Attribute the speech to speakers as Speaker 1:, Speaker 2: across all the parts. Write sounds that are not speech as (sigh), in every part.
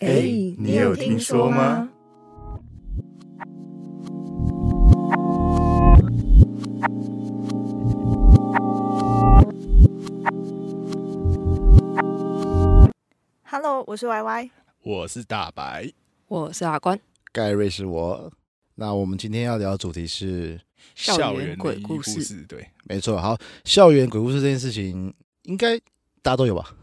Speaker 1: 哎，你有听说吗？
Speaker 2: ？Hello，我是 Y Y。
Speaker 3: 我是大白，
Speaker 4: 我是阿关，
Speaker 5: 盖瑞是我。那我们今天要聊的主题是，哦
Speaker 4: 校园鬼
Speaker 3: 灵异
Speaker 4: 故
Speaker 3: 故
Speaker 4: 事
Speaker 3: 对，
Speaker 5: 没错，好，校园鬼故事这件事情，应该大家都有吧？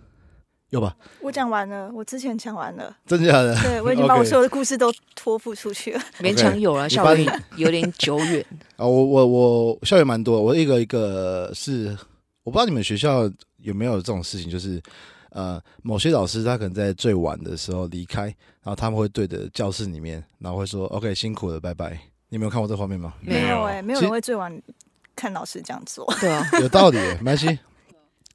Speaker 4: (laughs)
Speaker 5: 有吧？
Speaker 2: 我讲完了，我之前讲完了，
Speaker 5: 真的假的？
Speaker 4: (laughs)
Speaker 2: 对我已经把
Speaker 5: OK
Speaker 2: 我所有的故事都托付出去了。
Speaker 4: 勉强有了，
Speaker 5: 你
Speaker 4: 校
Speaker 5: 把
Speaker 4: 园有点久
Speaker 1: (laughs)
Speaker 4: 远。
Speaker 5: 啊，我我我校园蛮多，我一个一个是，我不知道你们学校有没有这种事情，就是呃，某些老师他可能在最晚的时候离开，然后他们会对着教室里面，然后会说 “OK，辛苦了，拜拜”。你们有看过这画面吗？
Speaker 4: 没
Speaker 2: 没有哎、没有
Speaker 5: 其
Speaker 2: 人
Speaker 5: 实
Speaker 2: 会最晚看老师这样
Speaker 5: (laughs)
Speaker 2: 做。
Speaker 4: 对啊，
Speaker 5: 有道理耶，没关系。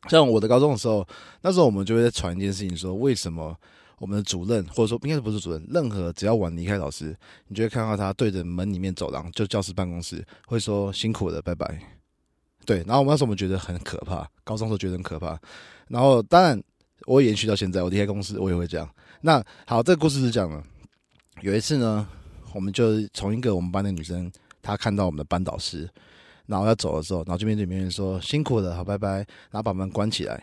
Speaker 5: 像我的高中的时候，那时候我们就会在传一件事情，说为什么我们的主任，或者说应该是不是主任，任何只要晚离开老师，你就会看到他对着门里面走廊，就教室办公室，会说辛苦了，拜拜。对，然后我们那时候我们觉得很可怕，高中时候觉得很可怕。然后当然，我也延续到现在，我离开公司我也会这样。那好，这个故事是这样的，有一次呢，我们就从一个我们班的女生，她看到我们的班导师，然后要走的时候，然后就面对面说辛苦了，好，拜拜，然后把门关起来，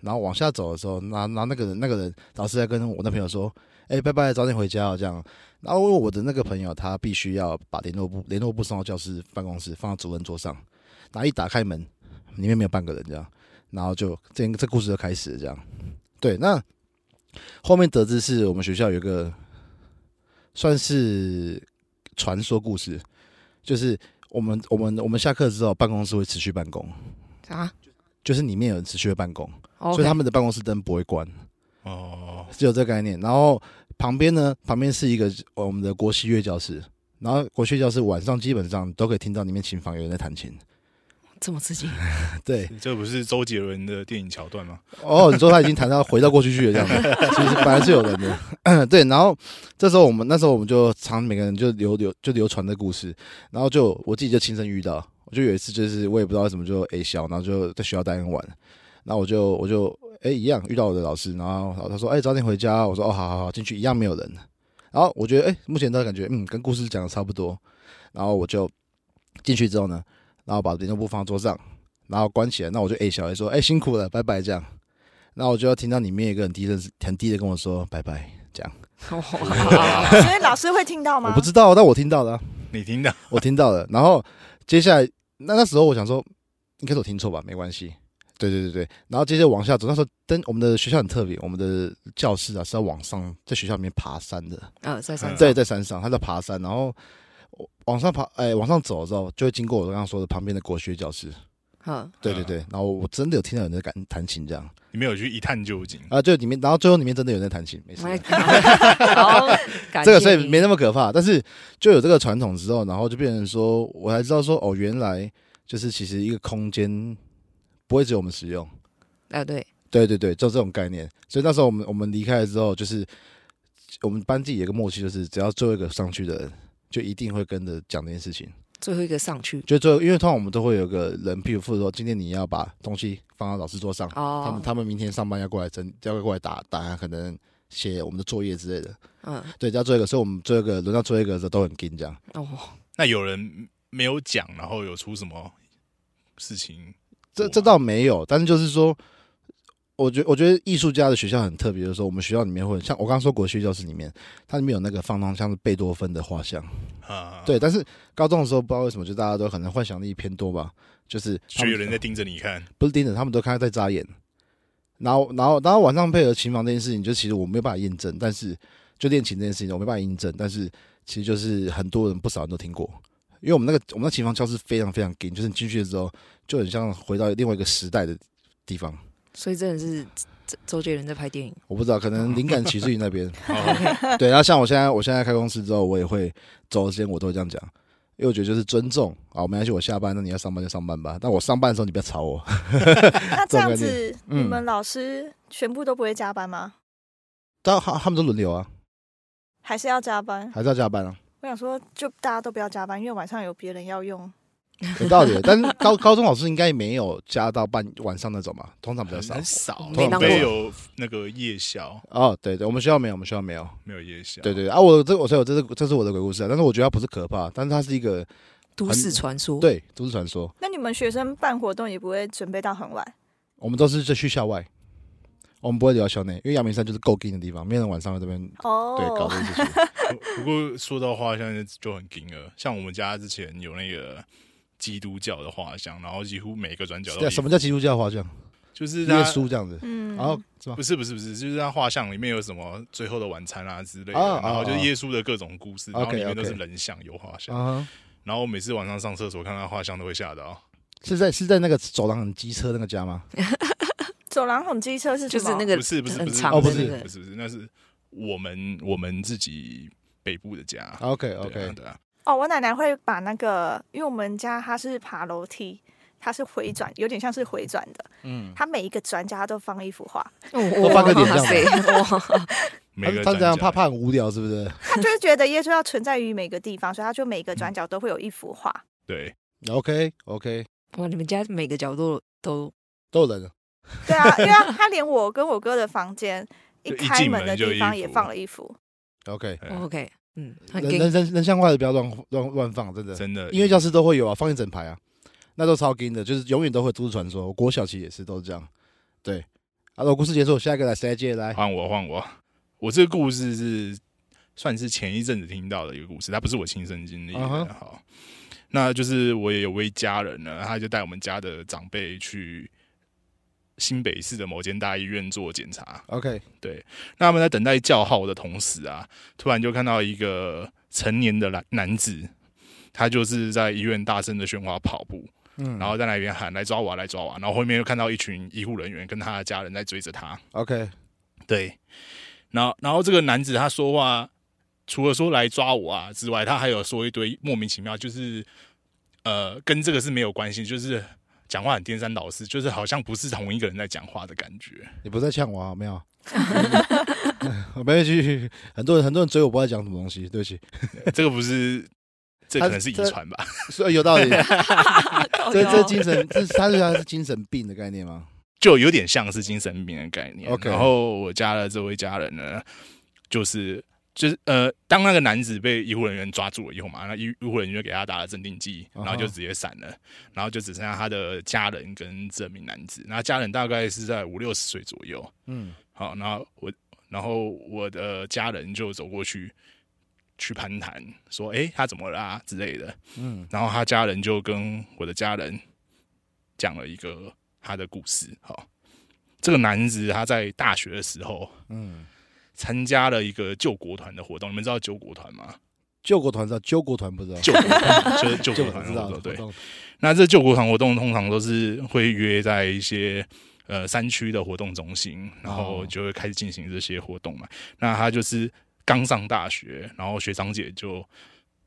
Speaker 5: 然后往下走的时候，那那那个人那个人老师在跟我那朋友说，哎、拜拜，早点回家哦，这样。然后因为我的那个朋友哎他必须要把联络部联络部送到教室办公室，放到主任桌上，然后一打开门，里面没有半个人这样，然后就这这故事就开始了这样。对，那后面得知是我们学校有一个算是传说故事，就是我们我们我们下课之后，办公室会持续办公，
Speaker 4: 啊
Speaker 5: 就是里面有人持续会办公所
Speaker 4: ，OK，
Speaker 5: 以他们的办公室灯不会关，
Speaker 3: 哦，
Speaker 5: 只有这个概念。然后旁边呢，旁边是一个呃我们的国戏乐教室，然后国戏乐教室晚上基本上都可以听到里面琴房有人在弹琴。 (laughs)
Speaker 4: 这么刺激，
Speaker 5: 对，
Speaker 3: 这不是周杰伦的电影桥段吗？ (laughs)
Speaker 5: 哦，你说他已经谈到回到过去去了这样子，其实本来是有人的。对， (clears throat) 然后这时候我们那时候我们就常每个人就流流就流传的故事，然后就我自己就亲身遇到，我就有一次就是我也不知道为什么就哎 A 小，然后就在学校待很晚，然后我就我就哎一样遇到我的老师，然后然后他说哎早点回家，我说哦好好好进去一样没有人，然后我觉得哎目前都感觉嗯跟故事讲的差不多，然后我就进去之后呢，然后把联络簿放到桌上。然后关起来，那我就 A 小孩说：“哎、辛苦了，拜拜。”这样，那我就要听到里面有一个很低的、很低的跟我说拜拜，这样。
Speaker 4: 哦
Speaker 5: 哎
Speaker 4: 哇
Speaker 2: 所以老师会听到
Speaker 5: 我
Speaker 2: 吗
Speaker 5: 不？知道，但我听到了啊，
Speaker 3: 你听到？
Speaker 5: 我听到了。 (laughs) 然后接下来，那那时候我想说，应该是我听错吧，没关系。对对对对。然后接着往下走，那时候灯，我们的学校很特别，我们的教室啊是要往上，在学校里面爬山的。
Speaker 4: (laughs) 呃，在山上
Speaker 5: 对，在山上，他在爬山，然后往上爬，哎、往上走的时候，就会经过我刚刚说的旁边的国学教室。
Speaker 4: 嗯，
Speaker 5: 对对对，然后我真的有听到有人在弹弹琴这样
Speaker 3: 你没有去一探究竟？
Speaker 5: 啊，就里面，然后最后里面真的有人在弹琴，没事。
Speaker 4: 哎 (laughs) 好，感
Speaker 5: 这个
Speaker 4: 谢
Speaker 5: 所以
Speaker 4: 你
Speaker 5: 没那么可怕，但是就有这个传统之后，然后就变成说，我才知道说，哦，原来就是其实一个空间不会只有我们使用，
Speaker 4: 啊，对，
Speaker 5: 对对对，就这种概念。所以那时候我们我们离开了之后，就是我们班级有一个默契，就是只要最后一个上去的人，就一定会跟着讲这件事情。
Speaker 4: 最后一个上去
Speaker 5: 就最后，因为通常我们都会有个人，譬如负责说，今天你要把东西放到老师桌上，他
Speaker 4: 哦
Speaker 5: 们，他们明天上班要过来整，要过来打打，可能写我们的作业之类的。
Speaker 4: 嗯，
Speaker 5: 对，要做一个，所以我们做一个轮到做一个的时候都很紧张。
Speaker 4: 哦，
Speaker 3: 那有人没有讲，然后有出什么事情？
Speaker 5: 这
Speaker 3: 我
Speaker 5: 这倒没有，但是就是说，我觉我觉得艺术家的学校很特别，就是说我们学校里面会像我刚刚说国学教室里面，它里面有那个放那种像是贝多芬的画像，
Speaker 3: 啊，
Speaker 5: 对。但是高中的时候不知道为什么，就大家都可能幻想力偏多吧，就是他
Speaker 3: 所以
Speaker 5: 们
Speaker 3: 有人在盯着你看。
Speaker 5: 不是盯着，他们都看他在眨眼。然后，然后，然后晚上配合琴房这件事情，就其实我没有办法验证，但是就练琴这件事情我没办法验证，但是其实就是很多人不少人都听过，因为我们那个我们那琴房教室非常非常紧，就是你进去的时候就很像回到另外一个时代的地方。
Speaker 4: 所以真的是周周杰伦在拍电影，
Speaker 5: 我不知道，可能灵感起自于那边。
Speaker 3: 哦
Speaker 5: 对，然后像我现在，我现在开公司之后，我也会走的时间我都会这样讲，因为我觉得就是尊重啊，没关系，我下班，那你要上班就上班吧。但我上班的时候你不要吵我，
Speaker 2: 那这样
Speaker 5: 这
Speaker 2: 子，
Speaker 5: 嗯
Speaker 2: 你们老师全部都不会加班吗？
Speaker 5: 但他他们都轮流啊，
Speaker 2: 还是要加班？
Speaker 5: 还是要加班啊。
Speaker 2: 我想说，就大家都不要加班，因为晚上有别人要用
Speaker 5: 有道理。但是高高中老师应该没有加到半晚上那种嘛，通常比较少
Speaker 3: 很。少，
Speaker 4: 没
Speaker 3: 除
Speaker 4: 当过
Speaker 3: 非有那个夜宵，
Speaker 5: 哦，对对，我们学校没有，我们学校没有。
Speaker 3: 没有夜宵。
Speaker 5: 对对啊，我这我所以我这是这是我的鬼故事啊，但是我觉得它不是可怕，但是它是一个
Speaker 4: (laughs) 都市传说，
Speaker 5: 对都市传说。
Speaker 2: 那你们学生办活动也不会准备到很晚，
Speaker 5: 我们都是就去校外，我们不会留到校内，因为阳明山就是够近的地方，没有人晚上会这边对搞
Speaker 2: 哦
Speaker 5: 这，些事情。
Speaker 2: (laughs)
Speaker 3: 不过说到画像就很惊愕，像我们家之前有那个基督教的画像，然后几乎每个转角都
Speaker 5: 对，啊
Speaker 3: 有，
Speaker 5: 什么叫基督教画像？
Speaker 3: 就是
Speaker 5: 耶
Speaker 3: 他
Speaker 5: 稣这样子，
Speaker 2: 嗯，
Speaker 5: 然后是吗？
Speaker 3: 不是不是不是，就是他画像里面有什么最后的晚餐啊之类的，
Speaker 5: 啊啊
Speaker 3: 然后就耶稣的各种故事，
Speaker 5: 啊
Speaker 3: 然后里面
Speaker 5: OK，OK
Speaker 3: 都是人像有画像，
Speaker 5: 啊哈，
Speaker 3: 然后我每次晚上上厕所看到画像都会吓到，
Speaker 5: 是在是在那个走廊很机车那个家吗？
Speaker 2: 走廊很机车是
Speaker 4: 就
Speaker 2: 什
Speaker 4: 是
Speaker 2: 么
Speaker 4: 那个
Speaker 3: 不是不是
Speaker 4: 很
Speaker 3: 不是
Speaker 4: 长
Speaker 5: 的
Speaker 3: 不
Speaker 5: 那
Speaker 3: 是
Speaker 5: 个
Speaker 3: 不是不是，那是我们我们自己北部的家。
Speaker 5: 哦 OK
Speaker 3: 对啊
Speaker 5: OK，
Speaker 3: 对啊，
Speaker 2: 哦，我奶奶会把那个，因为我们家它是爬楼梯，它是回转，有点像是回转的，
Speaker 5: 嗯，
Speaker 2: 它每一个转角它都放一幅画，
Speaker 5: 都
Speaker 4: 我
Speaker 5: 放个脸上
Speaker 4: 上，哇，
Speaker 3: 每个
Speaker 5: 他
Speaker 3: 转
Speaker 5: 这样
Speaker 3: 角
Speaker 5: 怕怕很无聊是不是
Speaker 2: 她就是觉得耶稣要存在于每个地方，所以她就每个转角都会有一幅
Speaker 3: 嗯
Speaker 2: 画。
Speaker 3: 对，
Speaker 5: ？OK OK，
Speaker 4: 哇，你们家每个角落都
Speaker 5: 都有人，
Speaker 2: 对啊，因为她她连我跟我哥的房间
Speaker 3: (laughs)
Speaker 2: 一
Speaker 3: 就一
Speaker 2: 开
Speaker 3: 进
Speaker 2: 门
Speaker 3: 门
Speaker 2: 的
Speaker 3: 就
Speaker 2: 地
Speaker 3: 一
Speaker 2: 方也
Speaker 3: 幅
Speaker 2: 放了一幅，
Speaker 5: OK，
Speaker 3: 哎
Speaker 4: OK，嗯，很
Speaker 5: 人
Speaker 4: gay
Speaker 5: 人人人像画的不要乱乱乱放，真的，
Speaker 3: 真的
Speaker 5: 音乐教室都会有啊，放一整排啊，那都超金的，就是永远都会都市传说。我国小期也是都是这样，对。好了，我故事结束，下一个来谁来接来？
Speaker 3: 换我，换我。我这个故事是算是前一阵子听到的一个故事，它不是我亲身经历的。
Speaker 5: 嗯哼
Speaker 3: 好，那就是我也有位家人呢，他就带我们家的长辈去新北市的某间大医院做检查。
Speaker 5: OK，
Speaker 3: 那他们在等待叫号的同时啊，突然就看到一个成年的男男子，他就是在医院大声的喧哗跑步，
Speaker 5: 嗯，
Speaker 3: 然后在那边喊来抓我啊、来抓我啊、然后后面又看到一群医护人员跟他的家人在追着他。
Speaker 5: OK，
Speaker 3: 对，然后然后这个男子他说话，除了说来抓我啊之外，他还有说一堆莫名其妙，就是呃跟这个是没有关系，就是讲话很颠三倒四，就是好像不是同一个人在讲话的感觉。 (laughs)
Speaker 5: 你不在呛我啊？ (laughs) 没有，我没有 (laughs) 去。很多人很多人追我，不知道在讲什么东西，对不起，
Speaker 3: 这个不是，这
Speaker 5: 他
Speaker 3: 可能是遗
Speaker 5: 这
Speaker 3: 传吧？
Speaker 5: 所以有道理。这
Speaker 2: 啊
Speaker 4: 靠
Speaker 5: 这
Speaker 4: 腰
Speaker 5: 精神，这是他是他是精神病的概念吗？
Speaker 3: 就有点像是精神病的概念。
Speaker 5: OK
Speaker 3: 然后我家的这位家人呢，就是就是呃，当那个男子被医护人员抓住了以后嘛，那医医护人员就给他打了镇定剂，
Speaker 5: 啊哈
Speaker 3: 然后就直接闪了，然后就只剩下他的家人跟这名男子。那家人大概是在五六十岁左右。
Speaker 5: 嗯，
Speaker 3: 好，然后我然后我的家人就走过去。去攀谈，说：“诶，他怎么啦、之类的。”
Speaker 5: 嗯，
Speaker 3: 然后他家人就跟我的家人讲了一个他的故事。好，这个男子他在大学的时候，
Speaker 5: 嗯，
Speaker 3: 参加了一个救国团的活动。你们知道救国团吗？
Speaker 5: 救国团知道，救国团不知道，
Speaker 3: 救国团就是救
Speaker 5: 哦救国
Speaker 3: 国团
Speaker 5: 团
Speaker 3: 的
Speaker 5: 知
Speaker 3: 活
Speaker 5: 道 (laughs)
Speaker 3: 动。对，
Speaker 5: 懂
Speaker 3: 那这救国团活动通常都是会约在一些呃山区的活动中心，然后就会开始进行这些活动嘛。那他就是刚上大学，然后学长姐就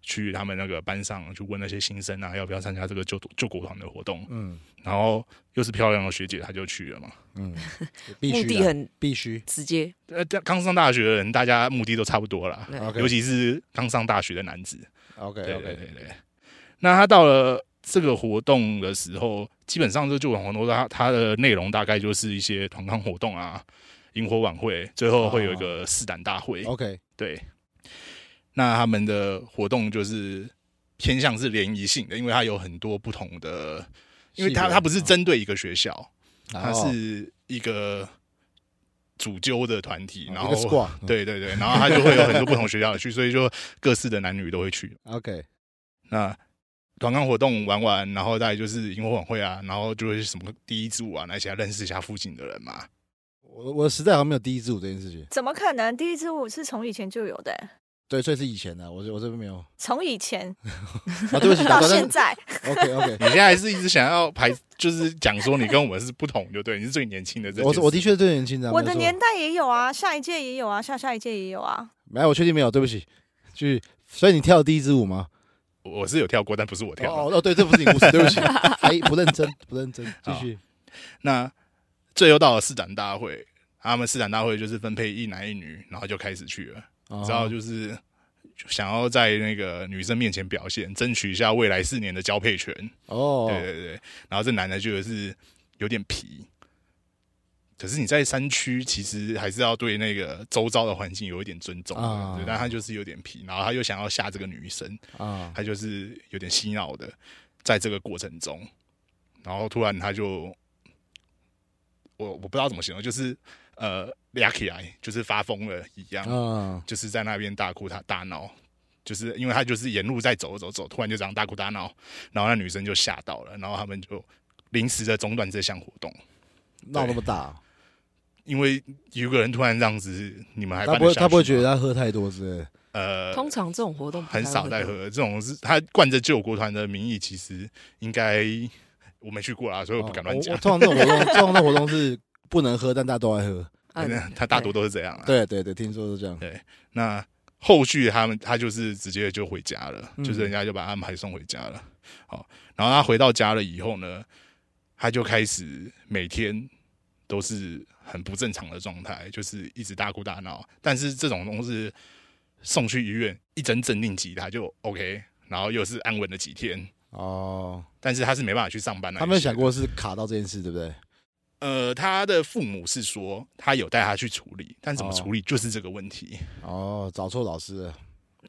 Speaker 3: 去他们那个班上去问那些新生啊，要不要参加这个救救国团的活动。
Speaker 5: 嗯
Speaker 3: 然后又是漂亮的学姐，她就去了嘛。
Speaker 5: 嗯，必
Speaker 4: 目
Speaker 5: 须
Speaker 4: 的
Speaker 5: 的
Speaker 4: 很
Speaker 5: 必须。
Speaker 4: 直接，
Speaker 3: 呃，但刚上大学的人，大家目的都差不多啦，
Speaker 4: 对
Speaker 5: OK
Speaker 3: 尤其是刚上大学的男子。
Speaker 5: OK
Speaker 3: 对对
Speaker 5: OK，
Speaker 3: 对对。那他到了这个活动的时候，基本上这救亡活动，它它的内容大概就是一些团康活动啊、萤火晚会，最后会有一个试胆大会。
Speaker 5: OK，
Speaker 3: 对，那他们的活动就是偏向是联谊性的，因为它有很多不同的，因为它它不是
Speaker 5: 哦
Speaker 3: 针对一个学校，它是一个主揪的团体，然后
Speaker 5: s q u a
Speaker 3: (laughs) 对对对，然后他就会有很多不同学校的去，所以就各式的男女都会去。
Speaker 5: OK
Speaker 3: 那团康活动玩完，然后再来就是萤火晚会啊，然后就会什么第一支舞啊那些啊，认识一下附近的人嘛。
Speaker 5: 我我时代好像没有第一支舞这件事情，
Speaker 2: 怎么可能？第一支舞是从以前就有的、欸
Speaker 5: 对，所以是以前的，我这我这边没有。
Speaker 2: 从以前 (laughs)
Speaker 5: 啊，对不起，打
Speaker 2: 到
Speaker 5: 断
Speaker 2: 现。在，
Speaker 5: OK
Speaker 3: (laughs)
Speaker 5: OK，
Speaker 3: 你现在还是一直想要排， (laughs) 就是讲说你跟我们是不同，就对，你是最年轻的这件事。
Speaker 5: 我是我的确是最年轻的啊，
Speaker 2: 我
Speaker 5: 没
Speaker 2: 的
Speaker 5: 有错
Speaker 2: 年代也有啊，下一届也有啊，下下一届也有啊。
Speaker 5: 没有，我确定没有，对不起。去，所以你跳的第一支舞吗？
Speaker 3: 我是有跳过，但不是我跳的。
Speaker 5: 哦哦，对，这不是你故事，对不
Speaker 2: (laughs)
Speaker 5: 起，哎，不认真，不认真，
Speaker 3: 啊
Speaker 5: 继续。
Speaker 3: 那最后到了市长大会，他们市长大会就是分配一男一女，然后就开始去了。
Speaker 5: 哦
Speaker 3: 你知道，就是想要在那个女生面前表现，争取一下未来四年的交配权。
Speaker 5: 哦，
Speaker 3: 对对对，然后这男的就是有点皮，可是你在山区其实还是要对那个周遭的环境有一点尊重的
Speaker 5: 啊
Speaker 3: 对，但他就是有点皮，然后他又想要吓这个女生，
Speaker 5: 啊，
Speaker 3: 他就是有点洗脑的，在这个过程中，然后突然他就，我我不知道怎么形容，就是呃俩起来，就是发疯了一样，
Speaker 5: 啊，
Speaker 3: 就是在那边大哭他大闹，就是因为他就是沿路在走走走，突然就这样大哭大闹，然后那女生就吓到了，然后他们就临时的中断这项活动，
Speaker 5: 闹那么大，
Speaker 3: 因为有个人突然这样子，你们还
Speaker 5: 他
Speaker 3: 办
Speaker 5: 不会
Speaker 3: 得下去
Speaker 5: 他不会觉
Speaker 3: 吗
Speaker 5: 得他喝太多之类的
Speaker 3: 呃
Speaker 4: 通常这种活动不
Speaker 3: 很
Speaker 4: 太
Speaker 3: 少
Speaker 4: 会
Speaker 3: 在
Speaker 4: 有，
Speaker 3: 喝这种是他惯着救国团的名义，其实应该我没去过啦，所以我不敢乱
Speaker 5: 哦我
Speaker 3: 讲
Speaker 5: 我。通常这种活动，通常这种活动是不能喝，但大家都爱
Speaker 3: (laughs)
Speaker 5: 喝。
Speaker 4: 嗯
Speaker 3: 他大多都是这样啊。
Speaker 5: 对对对，听说是这样。
Speaker 3: 那后续他们他就是直接就回家了，
Speaker 5: 嗯
Speaker 3: 就是人家就把安排送回家了。好，然后他回到家了以后呢，他就开始每天都是很不正常的状态，就是一直大哭大闹。但是这种东西送去医院一针镇定剂，他就 OK，然后又是安稳了几天。
Speaker 5: 哦，
Speaker 3: 但是他是没啊办法去上班的。
Speaker 5: 他没有想过是卡到这件事，对不对？
Speaker 3: 呃，他的父母是说他有带他去处理，但怎么
Speaker 5: 哦
Speaker 3: 处理就是这个问题。
Speaker 5: 哦，找错老师了。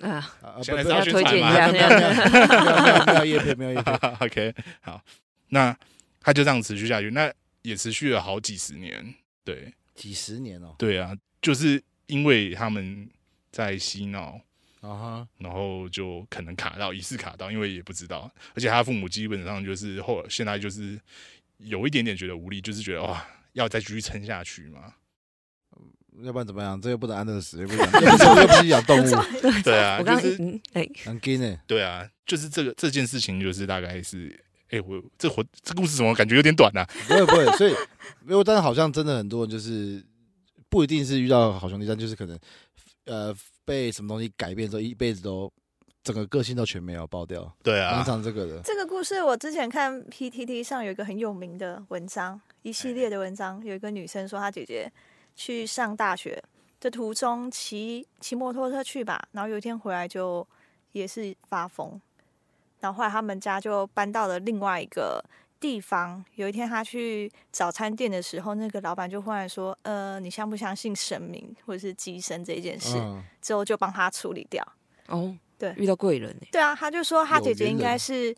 Speaker 4: 啊，
Speaker 5: 啊啊
Speaker 3: 现在
Speaker 5: 不
Speaker 3: 是要
Speaker 5: 不
Speaker 3: 宣
Speaker 4: 推
Speaker 3: 传
Speaker 4: 荐一
Speaker 3: 吗
Speaker 4: 下，
Speaker 5: 没有没有没有没有叶配，没有叶配。
Speaker 3: (laughs) OK，好，那他就这样持续下去，那也持续了好几十年。对，
Speaker 5: 几十年哦，
Speaker 3: 对啊，就是因为他们在洗脑，
Speaker 5: 啊
Speaker 3: 然后就可能卡到，疑似卡到，因为也不知道。而且他父母基本上就是后现在就是有一点点觉得无力，就是觉得哇，要再继续撑下去嘛。
Speaker 5: 哈，要不然怎么样？这又不能安乐死，又不能，又不是又不是养
Speaker 4: (laughs)
Speaker 5: 动物，
Speaker 3: 对啊，
Speaker 4: 我
Speaker 3: 就
Speaker 4: 刚
Speaker 3: 是
Speaker 4: 嗯哎，
Speaker 5: 很惊呢。
Speaker 3: 对啊，就是这个这件事情，就是大概是，哎、我这活这故事怎么感觉有点短啊？
Speaker 5: 不会不会，所以因为但是好像真的很多人就是不一定是遇到好兄弟，但就是可能呃被什么东西改变之后，一辈子都整个个性都全没有爆掉，
Speaker 3: 对
Speaker 5: 蛮
Speaker 3: 啊，
Speaker 5: 常这个的。
Speaker 2: 这个故事我之前看 PTT 上有一个很有名的文章，一系列的文章，有一个女生说她姐姐去上大学的途中骑骑摩托车去吧，然后有一天回来就也是发疯，然后后来他们家就搬到了另外一个地方。有一天她去早餐店的时候，那个老板就忽然说：“呃，你相不相信神明或者是鸡神这件事？”
Speaker 5: 嗯，
Speaker 2: 之后就帮她处理掉。
Speaker 4: 哦，
Speaker 2: 对
Speaker 4: 遇到贵人哎，
Speaker 2: 对啊，他就说他
Speaker 5: 有
Speaker 2: 姐姐
Speaker 5: 缘
Speaker 2: 应该
Speaker 5: 人
Speaker 2: 是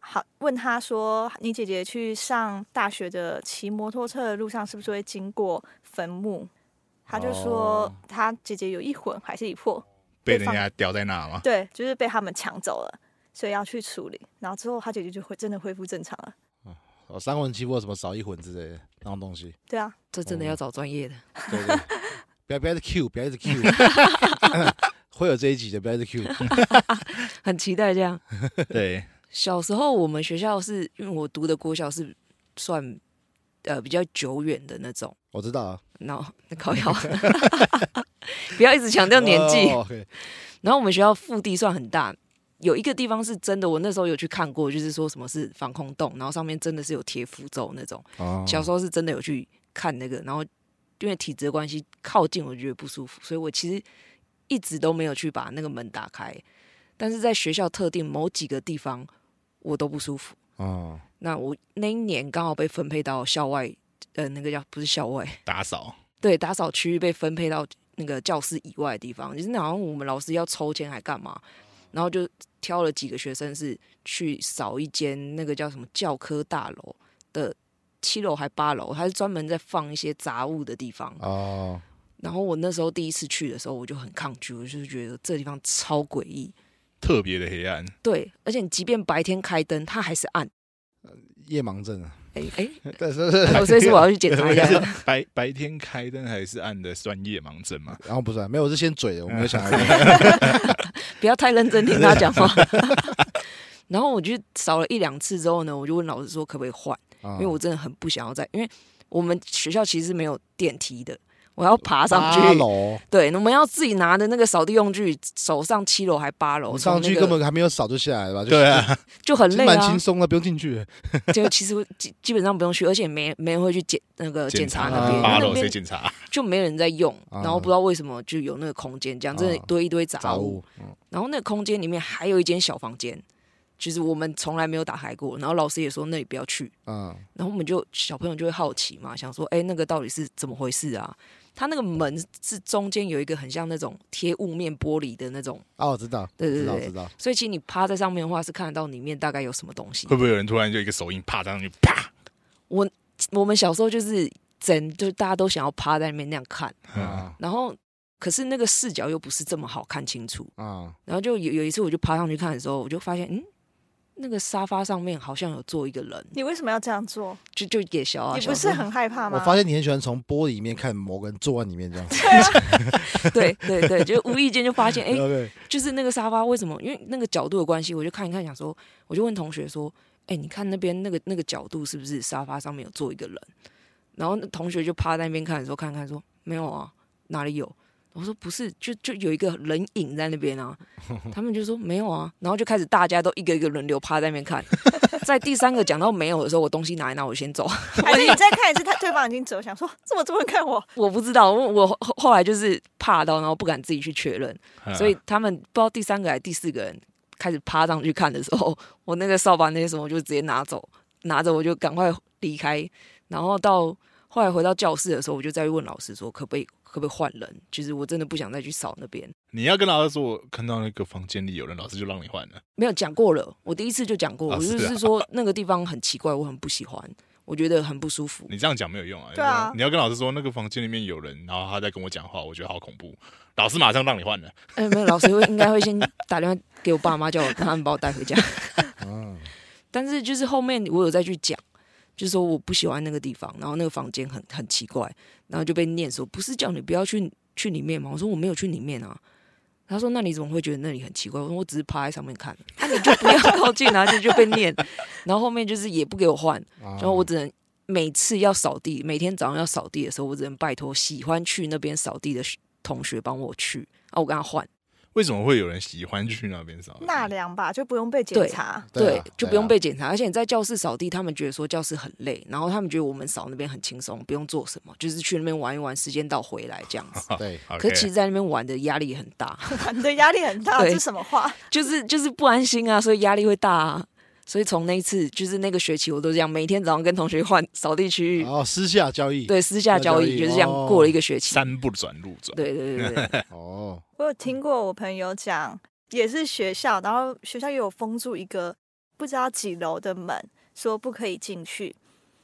Speaker 2: 好问他说，你姐姐去上大学的骑摩托车的路上是不是会经过坟墓？他就说
Speaker 5: 哦
Speaker 2: 他姐姐有一魂还是一魄，
Speaker 3: 被
Speaker 2: 被
Speaker 3: 人
Speaker 2: 放
Speaker 3: 家吊在那嘛。
Speaker 2: 对，就是被他们抢走了，所以要去处理。然后之后他姐姐就会真的恢复正常了。
Speaker 5: 哦，三魂七魄什么少一魂之类的那种东西，
Speaker 2: 对啊，
Speaker 4: 这
Speaker 3: 哦
Speaker 4: 真的要找专业的。 (laughs)
Speaker 5: 对不对？ (laughs) 不要不要一直 Q，不要一直 Q，会有这一集的，不要一直 Q。
Speaker 4: 很期待这样。
Speaker 3: 对，
Speaker 4: 小时候我们学校是因为我读的国小是算呃比较久远的那种，
Speaker 5: 我知道啊，
Speaker 4: 然后高考， (laughs) 不要一直强调年纪。
Speaker 5: 哦，OK
Speaker 4: 然后我们学校腹地算很大，有一个地方是真的，我那时候有去看过，就是说什么是防空洞，然后上面真的是有贴符咒那种。
Speaker 5: 哦，
Speaker 4: 小时候是真的有去看那个，然后因为体质的关系，靠近我就觉得不舒服，所以我其实一直都没有去把那个门打开。但是在学校特定某几个地方，我都不舒服。
Speaker 5: 哦，
Speaker 4: 那我那一年刚好被分配到校外，呃，那个叫不是校外，
Speaker 3: 打扫
Speaker 4: 对，打扫区域被分配到那个教室以外的地方，就是那好像我们老师要抽签还干嘛，然后就挑了几个学生是去扫一间那个叫什么教科大楼的七楼还八楼，它是专门在放一些杂物的地方。
Speaker 5: 哦，
Speaker 4: 然后我那时候第一次去的时候，我就很抗拒，我就是觉得这地方超诡异。
Speaker 3: 特别的黑暗，
Speaker 4: 对，而且你即便白天开灯，它还是暗。
Speaker 5: 夜
Speaker 4: (laughs)
Speaker 5: 盲症啊，
Speaker 4: 哎哎，
Speaker 5: 但是
Speaker 4: 哦所以是我要去检查
Speaker 3: (laughs)
Speaker 4: 一下。
Speaker 3: 白白天开灯还是暗的算夜盲症
Speaker 4: (laughs)
Speaker 3: 嘛？
Speaker 5: 然后不是啊没有，我是先嘴的，我没有想到。
Speaker 4: 不要太认真听他
Speaker 5: (laughs)
Speaker 4: 讲话。
Speaker 5: 啊
Speaker 4: (laughs) 然后我就扫了一两次之后呢，我就问老师说可不可以换，
Speaker 5: 因
Speaker 4: 因为我真的很不想要再，因为我们学校其实是没有电梯的，我要爬上去。
Speaker 5: 八楼，
Speaker 4: 对，我们要自己拿的那个扫地用具，手上七楼还八
Speaker 5: 我
Speaker 4: 楼，
Speaker 5: 们上
Speaker 4: 从那
Speaker 5: 去
Speaker 4: 个
Speaker 5: 根本还没有扫就下来了吧？就
Speaker 3: 对，啊，
Speaker 4: 就很
Speaker 5: 其实
Speaker 4: 累
Speaker 5: 蛮轻
Speaker 4: 啊。
Speaker 5: 松的，不用进去。
Speaker 4: 就其实基基本上不用去，而且没没人会去检那个检查那边，
Speaker 5: 啊
Speaker 3: 八
Speaker 4: 那
Speaker 3: 楼谁
Speaker 4: 边
Speaker 3: 检查？
Speaker 4: 就没人在用，
Speaker 5: 啊
Speaker 4: 然后不知道为什么就有那个空间，这样真的
Speaker 5: 啊
Speaker 4: 堆一堆杂
Speaker 5: 杂
Speaker 4: 物，
Speaker 5: 物，嗯
Speaker 4: 然后那个空间里面还有一间小房间，就是我们从来没有打开过，然后老师也说那里不要去，
Speaker 5: 啊，
Speaker 4: 然后我们就小朋友就会好奇嘛，想说，哎、那个到底是怎么回事啊？它那个门是中间有一个很像那种贴雾面玻璃的那种，
Speaker 5: 啊，我知道，
Speaker 4: 对对
Speaker 5: 知道
Speaker 4: 对
Speaker 5: 知道。
Speaker 4: 所以其实你趴在上面的话是看得到里面大概有什么东西
Speaker 3: 会。不会有人突然就一个手印啪上去，啪？
Speaker 4: 我我们小时候就是整，就大家都想要趴在那边那样看，
Speaker 5: 啊
Speaker 4: 然后可是那个视角又不是这么好看清楚，
Speaker 5: 啊
Speaker 4: 然后就有有一次我就爬上去看的时候，我就发现，嗯，那个沙发上面好像有坐一个人，
Speaker 2: 你为什么要这样做？
Speaker 4: 就就给小啊，
Speaker 2: 你不
Speaker 4: 小
Speaker 2: 是
Speaker 4: 时候
Speaker 2: 很害怕
Speaker 5: 哦我
Speaker 2: 吗？
Speaker 5: 发现你很喜欢从玻璃里面看某个人坐在里面这样。
Speaker 4: 对对对，
Speaker 2: (laughs)
Speaker 4: 就无意间就发现，哎、
Speaker 5: OK，
Speaker 4: 就是那个沙发为什么？因为那个角度的关系，我就看一看，想说，我就问同学说，哎、你看那边那个那个角度是不是沙发上面有坐一个人？然后那同学就趴在那边看的时候，看看说没有啊，哪里有？我说不是，就就有一个人影在那边
Speaker 2: (laughs)
Speaker 4: 啊。他们就说没有啊，然后就开始大家都一个一个轮流趴在那边看。 (laughs) 在第三个讲到没有的时候，我东西拿一拿，我先走。 (laughs)
Speaker 2: 还是你再看一次，他对方已经走，想说这么多人看我，
Speaker 4: 我不知道，我我后后来就是怕到，然后不敢自己去确认。
Speaker 3: 嗯
Speaker 4: 所以他们不知道第三个还是第四个人开始趴上去看的时候，我那个扫把那些什么我就直接拿走， (laughs) 拿着我就赶快离开。然后到后来回到教室的时候，我就再问老师说可不可以可不可以换人？就是我真的不想再去扫那边。
Speaker 3: 你要跟老师说，我看到那个房间里有人，老师就让你换了。
Speaker 4: 没有讲过了，我第一次就讲过，
Speaker 3: 啊
Speaker 4: 我就是
Speaker 3: 啊
Speaker 4: 是说那个地方很奇怪，我很不喜欢，我觉得很不舒服。
Speaker 3: 你这样讲没有用啊！
Speaker 2: 对啊
Speaker 3: 你要跟老师说那个房间里面有人，然后他在跟我讲话，我觉得好恐怖。老师马上让你换了，
Speaker 4: 哎、没有，老师会应该会先打电话给我爸妈，叫我他们把我带回家。
Speaker 5: 嗯，
Speaker 4: 但是就是后面我有再去讲，就是说我不喜欢那个地方，然后那个房间很很奇怪，然后就被念说不是叫你不要去去里面吗？我说我没有去里面啊。他说：“那你怎么会觉得那里很奇怪？”我说：“我只是趴在上面看， (laughs) 那、你就不要靠近啊，就就被念。”然后后面就是也不给我换，
Speaker 5: 然
Speaker 4: 然后我只能每次要扫地，每天早上要扫地的时候，我只能拜托喜欢去那边扫地的同学帮我去啊，我跟他换。
Speaker 3: 为什么会有人喜欢去那边扫地？
Speaker 2: 纳凉吧，就不用被检
Speaker 4: 对
Speaker 2: 查。 (laughs)
Speaker 5: 对
Speaker 4: 对
Speaker 5: 啊，
Speaker 4: 就
Speaker 5: 对
Speaker 4: 不用
Speaker 5: 啊
Speaker 4: 被检查。而且你在教室扫地，他们觉得说教室很累，然后他们觉得我们扫那边很轻松，不用做什么，就是去那边玩一玩，时间到回来这样子。
Speaker 5: 对，啊
Speaker 3: OK
Speaker 4: 可是其实，在那边玩的压力也很大， (laughs)
Speaker 2: 你的压力很大，
Speaker 4: 对
Speaker 2: 这什么话？
Speaker 4: 就是就是不安心啊，所以压力会大啊。所以从那一次，就是那个学期，我都这样，每天早上跟同学换扫地区域
Speaker 5: 然，后私下交易。
Speaker 4: 对，私下交
Speaker 5: 哦交易
Speaker 4: 易，就是这样过了一个学期。
Speaker 3: 山不转路转。
Speaker 4: 对对对
Speaker 5: (laughs)
Speaker 4: 对对，
Speaker 5: 哦，
Speaker 2: 我有听过我朋友讲，也是学校，然后学校也有封住一个不知道几楼的门，说不可以进去，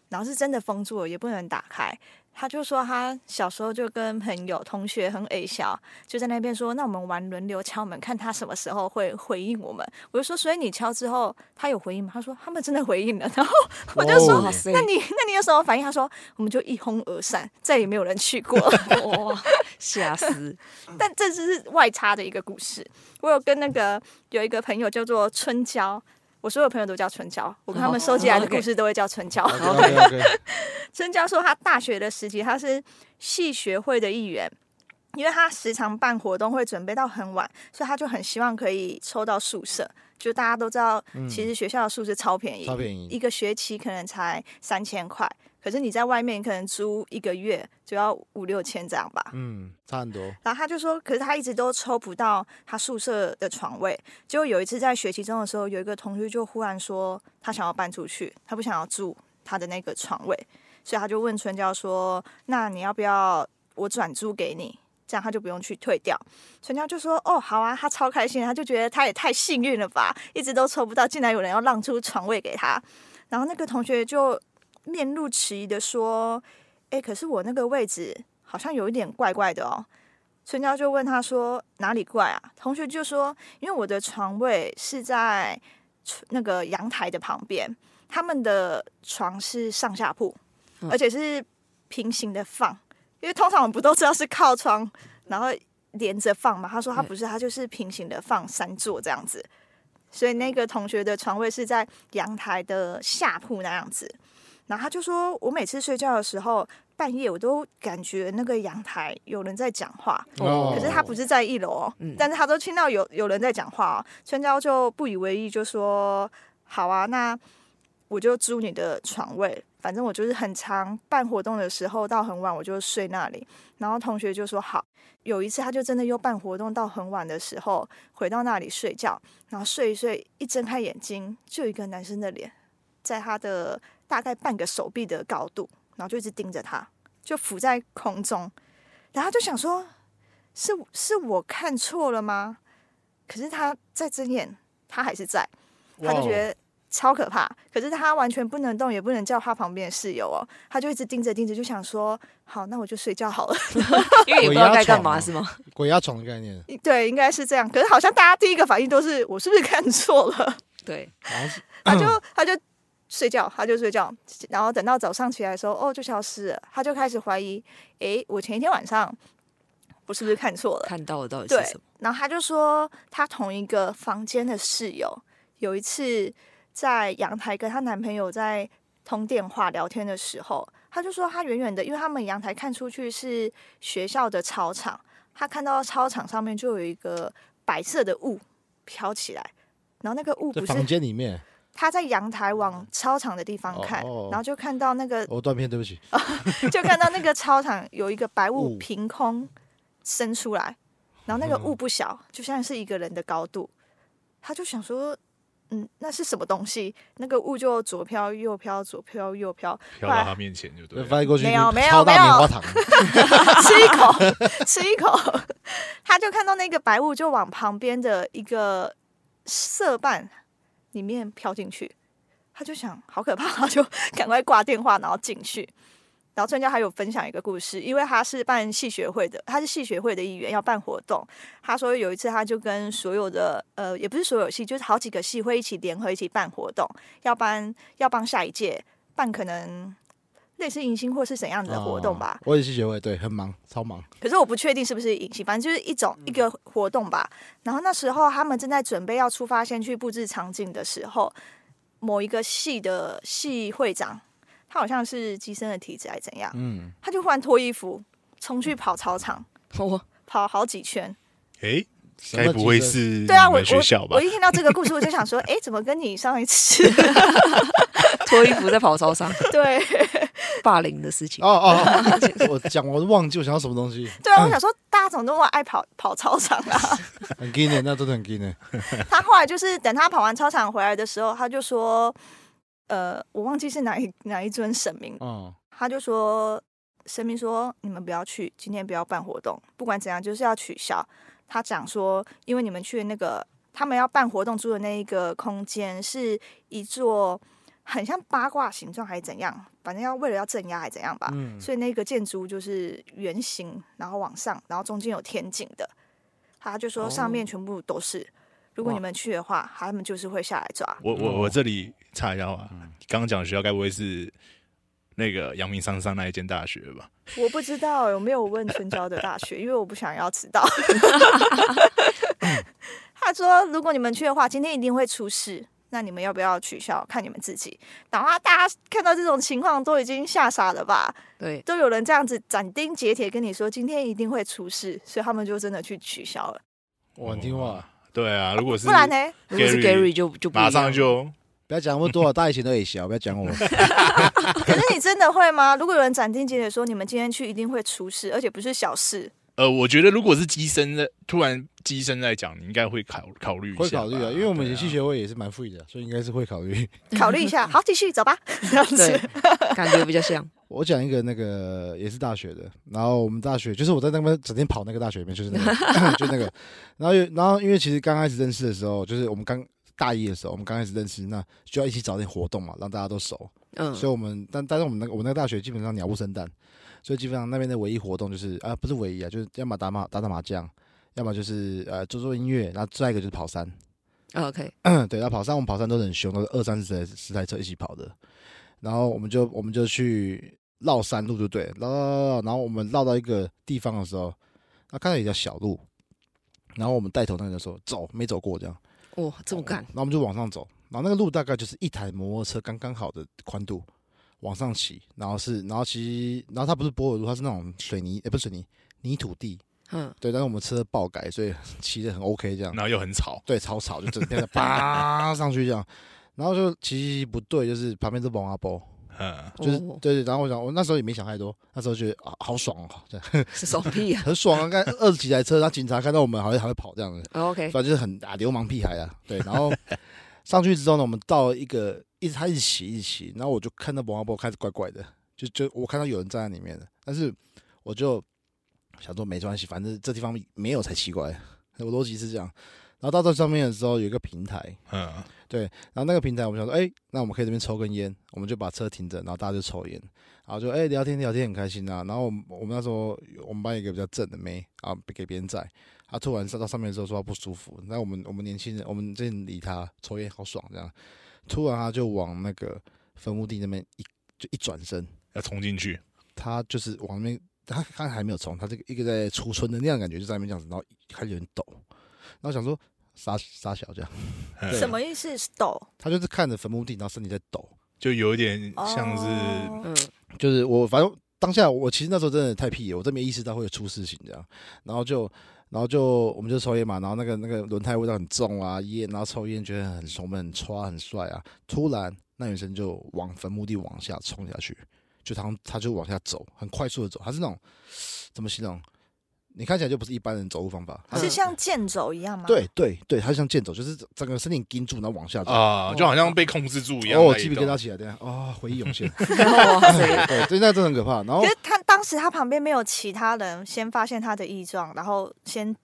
Speaker 2: 然后是真的封住了，也不能打开。他就说他小时候就跟朋友、同学很矮小，就在那边说，那我们玩轮流敲门，看他什么时候会回应我们。我就说，所以你敲之后，他有回应吗？他说他们真的回应了。然后我就说，
Speaker 4: 哇塞
Speaker 2: 那你那你有什么反应？他说我们就一哄而散，再也没有人去过。
Speaker 4: 哇，吓死！
Speaker 2: 但这只是外插的一个故事。我有跟那个有一个朋友叫做春娇，我所有朋友都叫春娇，我跟他
Speaker 5: 哦
Speaker 2: 们收集来的故事都会叫春娇。
Speaker 5: OK OK，
Speaker 2: (laughs) 春娇说，她大学的时期，她是系学会的一员。因为她时常办活动，会准备到很晚，所以她就很希望可以抽到宿舍。就大家都知道，其实学校的宿舍超便宜，
Speaker 5: 嗯超便宜
Speaker 2: 一个学期可能才三千块，可是你在外面可能租一个月就要五六千这样吧。
Speaker 5: 嗯，差很多。
Speaker 2: 然后他就说，可是他一直都抽不到他宿舍的床位。结果有一次在学期中的时候，有一个同学就忽然说他想要搬出去，他不想要住他的那个床位，所以他就问春娇说：“那你要不要我转租给你？”这样他就不用去退掉。春娇就说：“哦，好啊，他超开心，他就觉得他也太幸运了吧，一直都抽不到，竟然有人要让出床位给他。”然后那个同学就面露迟疑的说：“哎，可是我那个位置好像有一点怪怪的哦。”春娇就问他说：“哪里怪啊？”同学就说：“因为我的床位是在出那个阳台的旁边，他们的床是上下铺，
Speaker 4: 嗯
Speaker 2: 而且是平行的放，因为通常我们不都知道是靠窗，然后连着放嘛。”他说：“他
Speaker 4: 对
Speaker 2: 不是，他就是平行的放三座这样子。”所以那个同学的床位是在阳台的下铺那样子。然后他就说，我每次睡觉的时候，半夜我都感觉那个阳台有人在讲话，
Speaker 5: 哦
Speaker 2: 可是他不是在一楼哦，
Speaker 4: 嗯
Speaker 2: 但是他都听到有有人在讲话哦。春娇就不以为意，就说：“好啊，那我就租你的床位，反正我就是很常办活动的时候到很晚我就睡那里。”然后同学就说：“好。”有一次他就真的又办活动到很晚的时候回到那里睡觉，然后睡一睡，一睁开眼睛就有一个男生的脸在他的大概半个手臂的高度，然后就一直盯着他，就浮在空中，然后他就想说。是是我看错了吗？可是他在睁眼，他还是在，他就觉得超可怕。可是他完全不能动，也不能叫他旁边的室友哦，他就一直盯着盯着，就想说，好，那我就睡觉好了。 (laughs)
Speaker 4: 因为也不知道该干嘛是吗？
Speaker 5: 鬼压床的概念，
Speaker 2: 对，应该是这样。可是好像大家第一个反应都是，我是不是看错了？
Speaker 4: 对，
Speaker 5: 好像是
Speaker 2: 他就他就睡觉，他就睡觉，然后等到早上起来的时候，哦，就消失了。他就开始怀疑，诶，我前一天晚上我是不是看错了？
Speaker 4: 看到的到底
Speaker 2: 对
Speaker 4: 是什么？，
Speaker 2: 然后他就说，他同一个房间的室友有一次在阳台跟她男朋友在通电话聊天的时候，他就说他远远的，因为他们阳台看出去是学校的操场，他看到操场上面就有一个白色的雾飘起来，然后那个雾
Speaker 5: 在
Speaker 2: 不
Speaker 5: 房
Speaker 2: 是
Speaker 5: 间里面，
Speaker 2: 他在阳台往操场的地方看，
Speaker 5: 哦哦
Speaker 2: 然后就看到那个
Speaker 5: 我断片，对不起，
Speaker 2: 就看到那个操场有一个白雾
Speaker 5: 雾
Speaker 2: 凭空伸出来，然后那个雾不小，就像是一个人的高度。他就想说，嗯，那是什么东西？那个雾就左飘右飘，左飘右飘，
Speaker 3: 飘到他面前就对了。
Speaker 5: 翻译过去
Speaker 2: 呃没有没有
Speaker 5: 超大
Speaker 2: 没有
Speaker 5: 棉花
Speaker 2: (laughs)
Speaker 5: 糖，
Speaker 2: 吃一口，吃一口。他就看到那个白雾就往旁边的一个色瓣里面飘进去，他就想好可怕，就赶快挂电话，然后进去。然后专家还有分享一个故事，因为他是办戏学会的，他是戏学会的一员，要办活动。他说有一次，他就跟所有的呃，也不是所有戏，就是好几个戏会一起联合一起办活动，要办要帮下一届办可能类似迎新或是怎样的活动吧。
Speaker 5: 哦我也是学会，对，很忙，超忙，
Speaker 2: 可是我不确定是不是影戏，反正就是一种一个
Speaker 3: 嗯
Speaker 2: 活动吧。然后那时候他们正在准备要出发，先去布置场景的时候，某一个系的系会长，他好像是机身的体质还是怎样，
Speaker 5: 嗯，
Speaker 2: 他就忽然脱衣服冲去跑操场，
Speaker 4: 我
Speaker 2: 跑好几圈。
Speaker 3: 哎，
Speaker 5: 什么
Speaker 3: 该不会
Speaker 5: 急诊
Speaker 3: 是
Speaker 2: 对啊，
Speaker 3: 嗯
Speaker 2: 我
Speaker 3: 你们学
Speaker 2: 我
Speaker 3: 校吧
Speaker 2: 我？一听到这个故事，我就想说，诶，怎么跟你上一
Speaker 3: (laughs)
Speaker 2: 次
Speaker 4: 脱衣服在跑操场，
Speaker 2: 对
Speaker 4: 霸凌的事情。
Speaker 5: 哦哦，哦 (laughs) 我讲我都忘记我想要什么东西，
Speaker 2: 对啊？我想说，大家怎么那么爱跑跑操场啊？
Speaker 3: (laughs)
Speaker 5: 很 gay 的，那真的很 gay 的，
Speaker 2: 他后来就是等他跑完操场回来的时候，他就说，呃，我忘记是哪一哪一尊神明，
Speaker 5: 哦，
Speaker 2: 他就说，神明说你们不要去，今天不要办活动，不管怎样就是要取消。他讲说，因为你们去那个他们要办活动住的那一个空间是一座很像八卦形状还是怎样，反正要为了要镇压还是怎样吧，
Speaker 5: 嗯
Speaker 2: 所以那个建筑就是圆形，然后往上，然后中间有天井的。他就说
Speaker 4: 哦
Speaker 2: 上面全部都是，如果
Speaker 4: 哇
Speaker 2: 你们去的话，他们就是会下来抓。
Speaker 3: 我
Speaker 5: 哦
Speaker 3: 我我这里插一下话，
Speaker 5: 嗯
Speaker 3: 刚刚讲的学校该不会是那个阳明山上那一间大学吧？
Speaker 2: 我不知道有没有问春娇的大学，因为我不想要迟到。嗯 (laughs) 他说，如果你们去的话，今天一定会出事。那你们要不要取消？看你们自己。然后啊大家看到这种情况都已经吓傻了吧？
Speaker 4: 对，
Speaker 2: 都有人这样子斩钉截铁跟你说今天一定会出事，所以他们就真的去取消了。
Speaker 5: 我很听话，
Speaker 3: 对啊，如果是
Speaker 2: 不然呢？
Speaker 4: 如果是
Speaker 3: Gary
Speaker 4: Gary 就就不一
Speaker 3: 马
Speaker 4: 样
Speaker 3: 上就
Speaker 5: 不要讲那么多，大家以前都也小，不要讲我，
Speaker 2: 可是你真的会吗？如果有人斩钉截铁说你们今天去一定会出事，而且不是小事，
Speaker 3: 呃，我觉得如果是机身的，突然机身在讲，你应该会考考虑一下吧，
Speaker 5: 会考虑啊，因为我们以前
Speaker 3: 对啊
Speaker 5: 系学会也是蛮富裕的，所以应该是会考虑。
Speaker 2: 考虑一 (laughs) 下。好，继续走吧。这样
Speaker 4: 对
Speaker 5: (laughs)
Speaker 2: 子，
Speaker 4: 感觉比较像。
Speaker 5: 我讲一个那个也是大学的，然后我们大学就是我在那边整天跑那个大学里面，就是那个就那个，然后有然后因为其实刚开始认识的时候，就是我们刚大一的时候，我们刚开始认识，那就要一起找点活动嘛，让大家都熟，
Speaker 4: 嗯，
Speaker 5: 所以我们但但是我们那个我们那个大学基本上鸟不生蛋，所以基本上那边的唯一活动就是啊、不是唯一啊，就是要么打麻打打麻将，要么就是呃做做音乐，然后再一个就是跑山，
Speaker 4: OK，
Speaker 5: (clears throat) 对，他跑山，我们跑山都很凶，都是二三十台十台车一起跑的。然后我们就我们就去绕山路，就对了，绕绕绕绕，然后我们绕到一个地方的时候，那看到有一条小路，然后我们带头那个人说走，没走过这样，
Speaker 4: 哇，这么干
Speaker 5: 然后我们就往上走，然后那个路大概就是一台摩托车刚刚好的宽度，往上骑，然后是，然后其实，然后它不是柏油路，它是那种水泥，哎，不是水泥，泥土地，
Speaker 4: 嗯，
Speaker 5: 对，但是我们车爆改，所以 (laughs) 骑的很 OK 这样
Speaker 3: 然，后又很吵，
Speaker 5: 对，超吵，就整天的叭上去这样，然后就骑不对，就是旁边是蒙阿波，
Speaker 3: 嗯，
Speaker 5: 啊就是
Speaker 4: 哦
Speaker 5: 对对，然后我想，我那时候也没想太多，那时候觉得啊，好爽哦，这样
Speaker 4: 是爽屁
Speaker 5: (laughs)
Speaker 4: 啊
Speaker 5: 很爽啊，看二十几台车，然后警察看到我们好像还会跑这样子，
Speaker 4: 哦！OK，
Speaker 5: 反正就是很啊流氓屁孩啊，对，然后上去之后呢，我们到一个一直他一直骑一直骑，然后我就看到王阿波开始怪怪的，就就我看到有人站在里面的，但是我就想说没关系，反正这地方没有才奇怪，我逻辑是这样。然后到这上面的时候有一个平台，
Speaker 3: 嗯，
Speaker 5: 然后那个平台我们想说，哎、那我们可以这边抽根烟，我们就把车停着，然后大家就抽烟，然后就哎、聊天聊天很开心啊。然后我们我们那时候我们班有一个比较正的妹啊，给别人载，她突然上到上面的时候说她不舒服，那我们我们年轻人我们这理她抽烟好爽这样，突然她就往那个坟墓地那边一就一转身，
Speaker 3: 要冲进去，
Speaker 5: 她就是往那边。她她还没有冲，她这个一个在出村的那样的感觉，就在那边这样子，然后开始有人抖，然后想说傻傻小这样，
Speaker 3: 嗯
Speaker 5: 对
Speaker 2: 什么意思？抖
Speaker 5: 她就是看着坟墓地，然后身体在抖，
Speaker 3: 就有一点像是
Speaker 2: 哦
Speaker 4: 嗯，
Speaker 5: 就是我反正当下我其实那时候真的太屁了，我真没意识到会有出事情这样，然后就然后就我们就抽烟嘛，然后那个那个轮胎味道很重啊，烟，然后抽烟觉得很胸闷、很刷、很帅啊，突然那女生就往坟墓地往下冲下去，就她她就往下走，很快速的走，她是那种怎么形容？你看起来就不是一般人走路方法，她
Speaker 2: 是像剑走一样吗？
Speaker 5: 对对对，她就像剑走，就是整个身体盯住，然后往下走。
Speaker 3: 啊，就好像被控制住一样。
Speaker 5: 哦，
Speaker 3: 那一
Speaker 5: 鸡皮
Speaker 3: 种
Speaker 5: 疙瘩起来，等一下，哦，回忆涌
Speaker 3: (laughs)
Speaker 5: 现，
Speaker 4: 哇塞，
Speaker 5: 对，对，那真的很可怕。然后
Speaker 2: 可是他当时他旁边没有其他人，先发现他的异状，然后先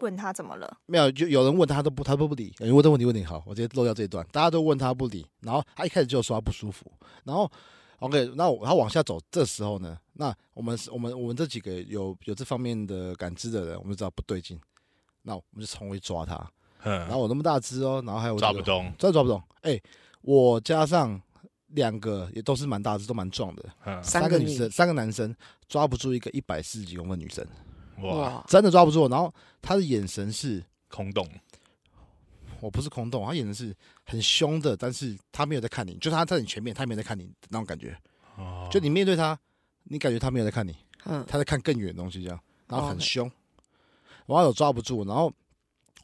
Speaker 2: 问他怎么了。
Speaker 5: 没有，就有人问他都不，他都不理。有人问这问题问你好，我直接漏掉这一段。大家都问他不理，然后他一开始就说他不舒服，然后 OK，那我他往下走，这时候呢，那我们我们我们这几个有有这方面的感知的人，我们就知道不对劲，那我们就冲过去抓他。然后
Speaker 3: 嗯，
Speaker 5: 我那么大只哦，然后还有我
Speaker 3: 抓
Speaker 5: 这
Speaker 3: 不
Speaker 5: 个，
Speaker 3: 动，
Speaker 5: 真的抓不动。哎、我加上两个也都是蛮大只，都蛮壮的，
Speaker 3: 嗯，
Speaker 4: 三
Speaker 5: (laughs) 三
Speaker 4: 个
Speaker 5: 个女
Speaker 4: 你
Speaker 5: 生，三个男生抓不住一个一百四十几公分的女生，
Speaker 3: 哇，
Speaker 4: 哇，
Speaker 5: 真的抓不住。然后他的眼神是。
Speaker 3: 空洞，
Speaker 5: 我不是空洞，他演的是很凶的，但是他没有在看你，就是他在你前面，他没有在看你的那种感觉。
Speaker 3: 哦
Speaker 5: 就你面对他，你感觉他没有在看你，
Speaker 4: 嗯，
Speaker 5: 他在看更远的东西，这样，然后
Speaker 4: 哦
Speaker 5: 很
Speaker 4: ，OK
Speaker 5: 凶，然后有抓不住，然后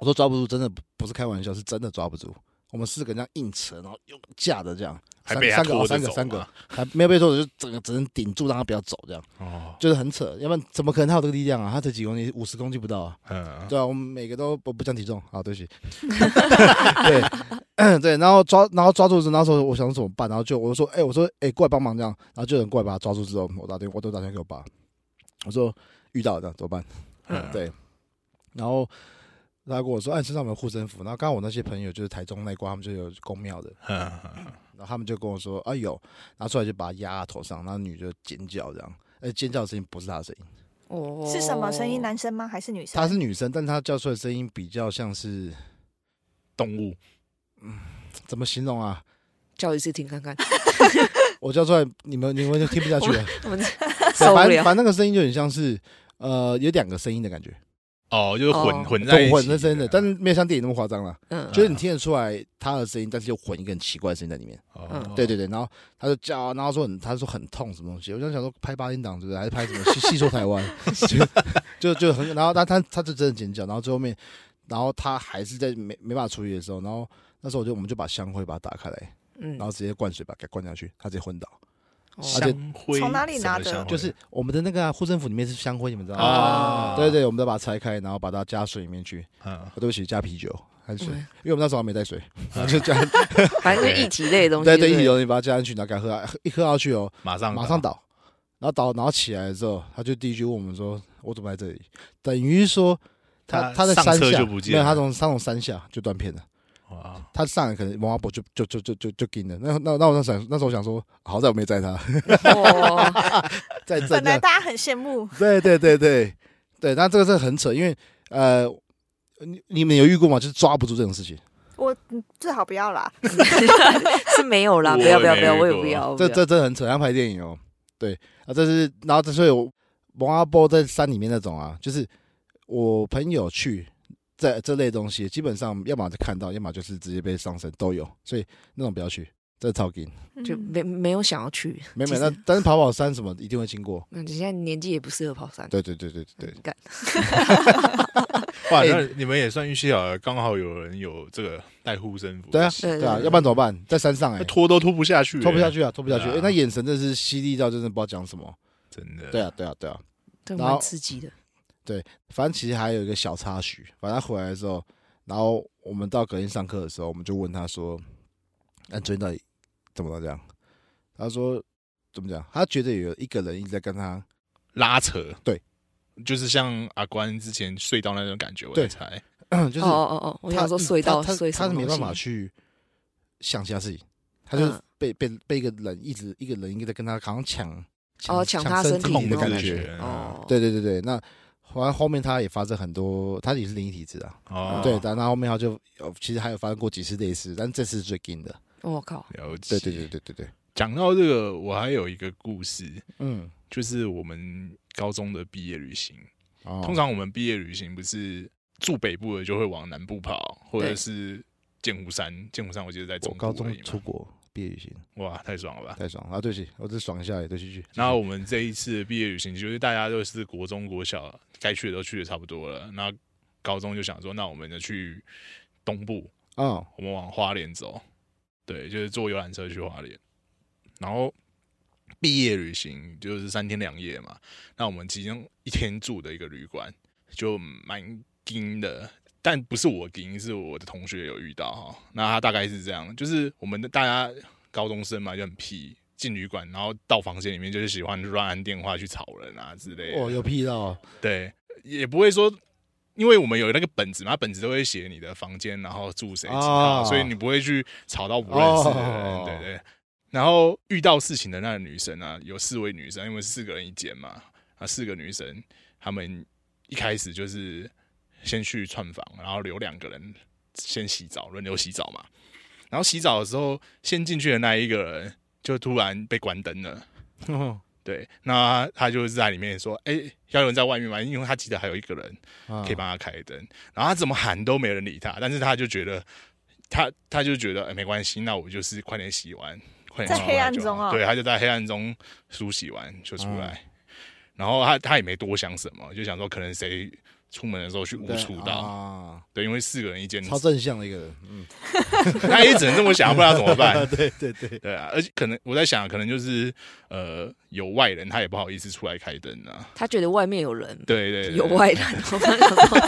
Speaker 5: 我说抓不住，真的不不是开玩笑，是真的抓不住。我们四个人这样硬扯，然后用架着这样，
Speaker 3: 还
Speaker 5: 三
Speaker 3: 被他
Speaker 5: 三个、哦、
Speaker 3: 拖着
Speaker 5: 三个
Speaker 3: 走
Speaker 5: 三个
Speaker 3: 嘛，
Speaker 5: 还没有被拖着，就整个只能顶住，让他不要走，这样
Speaker 3: 哦，
Speaker 5: 就是很扯，要不然怎么可能他有这个力量啊？他才几公斤，五十公斤不到啊。
Speaker 3: 嗯，
Speaker 5: 对啊，我们每个都不不降体重啊，对不起。 (laughs) 对 (coughs) 对，然后抓，然后抓住之后，那时候我想说怎么办，然后就我就说，哎、我说，哎、过来帮忙这样，然后就有人过来把他抓住之后，我打电，我都打电话给我爸，我说遇到了这样怎么办？
Speaker 3: 嗯
Speaker 5: 对，然后他跟我说，哎、你身上有没有护身符？然后刚刚我那些朋友就是台中那一挂，他们就有公庙的，
Speaker 3: 嗯嗯
Speaker 5: 然后他们就跟我说，啊有，然后出来就把他压在头上，然后女就尖叫这样，哎、尖叫的声音不是他的声音。
Speaker 4: 哦，
Speaker 2: 是什么声音？？男生吗？还是女生？ (laughs)
Speaker 5: 她是女生，但她叫出来的声音比较像是
Speaker 3: 动物，
Speaker 5: 怎么形容啊？
Speaker 4: 叫一次听看看，
Speaker 5: 我叫出来，你们你们就听不下去了。
Speaker 4: (laughs) 我们
Speaker 5: 反
Speaker 4: 受不
Speaker 5: 反
Speaker 4: 了
Speaker 5: 正，那个声音就很像是，呃，有两个声音的感觉，
Speaker 3: 哦，就是
Speaker 4: 哦
Speaker 3: 混混在一
Speaker 5: 混混
Speaker 3: 起
Speaker 5: 的声音的，但是没有像电影那么夸张了。
Speaker 4: 嗯
Speaker 5: 就是你听得出来他的声音，但是又混一个很奇怪的声音在里面。
Speaker 3: 哦
Speaker 2: 嗯
Speaker 5: 对对对，然后他就叫啊，然后说很，他说很痛什么东西，我就想说拍八音档对不对？还是拍什么戏戏说台湾？
Speaker 3: (laughs)
Speaker 5: 就就就很，然后他他他就真的尖叫，然后最后面，然后他还是在没没办法处理的时候，然后那时候我就我们就把香灰把它打开来，
Speaker 4: 嗯
Speaker 5: 然后直接灌水把它给灌下去，他直接昏倒。
Speaker 4: 哦
Speaker 5: 且
Speaker 3: 香灰
Speaker 2: 从哪里拿的
Speaker 3: 什么香灰
Speaker 5: 就是我们的那个啊护身符里面是香灰，你们知道吗？
Speaker 3: 哦啊，
Speaker 5: 对，对，我们都把它拆开，然后把它加水里面去。
Speaker 3: 嗯
Speaker 5: 啊，对不起，加啤酒还是水，
Speaker 4: 对
Speaker 5: (laughs) 因为我们那时候还没带水，
Speaker 3: 啊
Speaker 5: 然后 (laughs) 就加
Speaker 4: 嗯反正就是一体类的东西，
Speaker 5: 对对
Speaker 4: 对
Speaker 5: 一
Speaker 4: 不
Speaker 5: 起
Speaker 4: 对，
Speaker 5: 东西把它加进去，然后给它喝下，一喝下去哦，
Speaker 3: 马上
Speaker 5: 马上倒，然后倒，然后起来之后，他就第一句问我们说：“我怎么来这里？”等于说他
Speaker 3: 他
Speaker 5: 他在山
Speaker 3: 上车
Speaker 5: 下
Speaker 3: 就不见
Speaker 5: 没有，
Speaker 3: 了
Speaker 5: 他从他从山下就断片了。
Speaker 3: 哇，
Speaker 5: 他上来可能王阿伯就就就就就就跟了，那那那我想那时候我想说，好在我没载他， (laughs)
Speaker 4: 哇，
Speaker 5: 在这
Speaker 2: (laughs) 本来
Speaker 5: 样
Speaker 2: 大家很羡慕，
Speaker 5: (laughs) 对对对对对，那这个是很扯，因为呃，你你们有遇过吗？就是抓不住这种事情，
Speaker 2: 我嗯最好不要啦。
Speaker 4: 是没有啦，
Speaker 3: 我
Speaker 4: 不要不要
Speaker 3: 也
Speaker 4: 不
Speaker 3: 没
Speaker 4: 要，我
Speaker 3: 遇
Speaker 4: 也
Speaker 3: 过
Speaker 4: 不要，我不
Speaker 5: 这
Speaker 4: 要
Speaker 5: 这真的很扯，像拍电影哦。对啊，这是然后这是有王阿波在山里面那种啊，就是我朋友去这这类东西，基本上要么就看到，要么就是直接被上身都有，所以那种不要去。这超劲。
Speaker 4: 就
Speaker 2: 嗯
Speaker 4: 没没有想要去。
Speaker 5: 没
Speaker 4: 其
Speaker 5: 没，
Speaker 4: 实
Speaker 5: 那但是跑跑山什么一定会经过。
Speaker 4: 嗯，你现在年纪也不适合跑山。
Speaker 5: 对对对对对对，
Speaker 4: 干
Speaker 3: 哇，
Speaker 5: 哎
Speaker 3: 那你们也算运气好了，刚好有人有这个带护身符。
Speaker 5: 对啊
Speaker 4: 对
Speaker 5: 对啊，
Speaker 4: 对
Speaker 5: 要不然怎么办？在山上哎、
Speaker 3: 那拖都拖不下去，
Speaker 5: 拖不下，去啊，拖不下去。
Speaker 3: 对啊
Speaker 5: 哎、那眼神真是犀利到真的不知道讲什么。
Speaker 3: 真的。
Speaker 5: 对啊对啊对啊，
Speaker 4: 对，
Speaker 5: 然后
Speaker 4: 蛮刺激的。
Speaker 5: 反正其实还有一个小插曲，反正他回来的时候，然后我们到隔天上课的时候，我们就问他说：“那昨天到底怎么了？”这样，他说：“怎么讲？他觉得有一个人一直在跟他，
Speaker 3: 拉扯，
Speaker 5: 对，
Speaker 3: 就是像阿关之前隧道那种感觉，我
Speaker 5: 对
Speaker 3: 在猜，
Speaker 5: 就是
Speaker 4: 哦哦哦哦，我
Speaker 5: 他嗯
Speaker 4: 想说隧道
Speaker 5: 他
Speaker 4: 隧
Speaker 5: 他他
Speaker 4: 什
Speaker 5: 是
Speaker 4: 么
Speaker 5: 没
Speaker 4: 东
Speaker 5: 办
Speaker 4: 西
Speaker 5: 法去想其他事情，他就是
Speaker 4: 嗯
Speaker 5: 被、被被一个人一直一个人一直在跟他好像抢
Speaker 4: 哦抢他身
Speaker 5: 身
Speaker 4: 体
Speaker 3: 控
Speaker 5: 的
Speaker 3: 制
Speaker 5: 感
Speaker 3: 感
Speaker 5: 觉。
Speaker 3: 觉
Speaker 4: 哦，
Speaker 5: 对对对对，那后来后面他也发生很多，他也是灵异体质啊。
Speaker 3: 哦，
Speaker 5: 对，但他后面他就有其实还有发生过几次类似，但这次是最近的。
Speaker 4: 哦我靠，
Speaker 3: 了
Speaker 5: 对
Speaker 3: 解。
Speaker 5: 对对，对对对，
Speaker 3: 讲到这个，我还有一个故事，
Speaker 5: 嗯，
Speaker 3: 就是我们高中的毕业旅行。
Speaker 5: 哦
Speaker 3: 通常我们毕业旅行不是住北部的就会往南部跑，或者
Speaker 4: 对
Speaker 3: 是剑湖山。剑湖山我记得在中
Speaker 5: 我
Speaker 3: 部
Speaker 5: 高
Speaker 3: 而
Speaker 5: 中
Speaker 3: 已嘛
Speaker 5: 出国毕业旅行
Speaker 3: 哇，太爽了吧！
Speaker 5: 太爽了啊！对不起，我只是爽一下也对，继续。
Speaker 3: 然后我们这一次的毕业旅行，就是大家都是国中、国小该去的都去的差不多了。那高中就想说，那我们就去东部，
Speaker 5: 哦，
Speaker 3: 我们往花莲走，对，就是坐游览车去花莲。然后毕业旅行就是三天两夜嘛，那我们其中一天住的一个旅馆就蛮惊的，但不是我惊，是我的同学有遇到哈。那他大概是这样，就是我们的大家高中生嘛，就很屁。进旅馆，然后到房间里面就是喜欢乱按电话去吵人啊之类的。
Speaker 5: 哦，有屁到啊
Speaker 3: 对，也不会说，因为我们有那个本子嘛，本子都会写你的房间，然后住谁几号，
Speaker 5: 哦
Speaker 3: 所以你不会去吵到不认识的人，
Speaker 5: 哦
Speaker 3: 对对。然后遇到事情的那个女生啊，有四位女生，因为四个人一间嘛，啊，四个女生，她们一开始就是先去串房，然后留两个人先洗澡，轮流洗澡嘛。然后洗澡的时候，先进去的那一个人就突然被关灯了。
Speaker 5: 哦
Speaker 3: 对，那他就是在里面说：“哎、要有人在外面吗？”因为他记得还有一个人
Speaker 5: 啊
Speaker 3: 可以帮他开灯，然后他怎么喊都没人理他，但是他就觉得他他就觉得、哎没关系，那我就是快点洗完，快点
Speaker 2: 在
Speaker 3: 刷
Speaker 2: 黑
Speaker 3: 牙
Speaker 2: 暗
Speaker 3: 就
Speaker 2: 中
Speaker 3: 好
Speaker 2: 哦
Speaker 3: 对，他就在黑暗中梳洗完就出来，然后他他也没多想什么，就想说可能谁出门的时候去误
Speaker 5: 对
Speaker 3: 触到，
Speaker 5: 啊，
Speaker 3: 对，因为四个人一间， (laughs)
Speaker 5: 超正向的一个人。嗯，
Speaker 3: 他也只能这么想，不然怎么办？
Speaker 5: 对对对，
Speaker 3: 对啊，而且可能我在想，可能就是呃有外人，他也不好意思出来开灯啊。
Speaker 4: 他觉得外面有人，
Speaker 3: 对对对
Speaker 4: 有外人，我刚想说，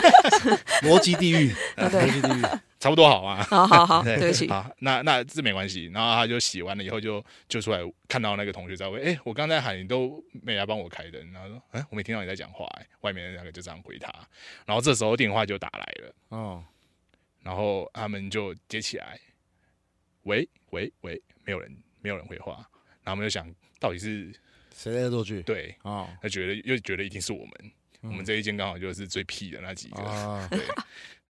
Speaker 5: 逻辑地
Speaker 3: (laughs)
Speaker 5: 狱，
Speaker 4: 啊
Speaker 5: 逻
Speaker 4: 对，
Speaker 5: 辑地狱。
Speaker 3: 差不多好啊。
Speaker 4: 好好好，对不起，
Speaker 3: 好，那那这没关系。然后他就洗完了以后就就出来，看到那个同学在问，哎、我刚才喊你都没来帮我开灯，然后说，哎、我没听到你在讲话、哎外面的那个就这样回他。然后这时候电话就打来了，
Speaker 5: 哦，
Speaker 3: 然后他们就接起来，喂喂喂，没有人，没有人回话。然后我们就想到底是
Speaker 5: 谁在恶作剧？
Speaker 3: 对，
Speaker 5: 哦，
Speaker 3: 他觉得又觉得一定是我们，
Speaker 5: 嗯
Speaker 3: 我们这一间刚好就是最屁的那几个。 (laughs)
Speaker 5: 啊，
Speaker 3: 对，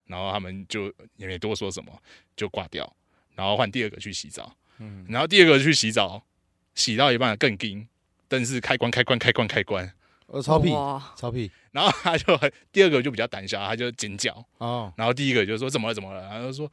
Speaker 3: 然后他们就也没多说什么，就挂掉，然后换第二个去洗澡，
Speaker 5: 嗯，
Speaker 3: 然后第二个去洗澡，洗到一半更惊，灯是开关开关开关开关，
Speaker 5: 我哦超屁，
Speaker 4: 哇，
Speaker 5: 超屁。
Speaker 3: 然后他就很第二个就比较胆小，他就尖叫，
Speaker 5: 哦，
Speaker 3: 然后第一个就说怎么了怎么了，然后就说。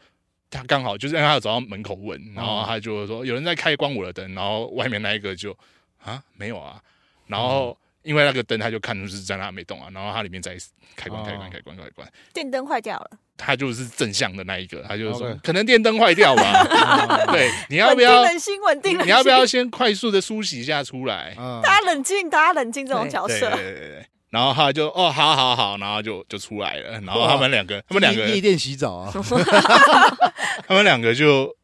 Speaker 3: 他刚好就是让他走到门口问，然后他就说有人在开关我的灯，然后外面那一个就啊没有啊，然后因为那个灯他就看就是在那没动啊，然后他里面在开关开关开关开关，
Speaker 2: 电灯坏掉了，
Speaker 3: 他就是正向的那一个，他就是说
Speaker 5: OK
Speaker 3: 可能电灯坏掉吧， (laughs) 对，你要
Speaker 2: 稳
Speaker 3: 不
Speaker 2: 定
Speaker 3: 要
Speaker 2: 人心，稳定人心。
Speaker 3: 你要不要先快速的梳洗一下出来？
Speaker 5: 啊，
Speaker 2: 大家冷静，大家冷静，这种
Speaker 4: 对
Speaker 2: 角
Speaker 3: 对对
Speaker 2: 色，
Speaker 3: 对对对，然后他就哦好好好，然后就就出来了，然后他们两个他们两
Speaker 5: 夜夜
Speaker 3: 个
Speaker 5: 店洗澡
Speaker 3: (laughs)
Speaker 5: 啊，
Speaker 3: 他们两个就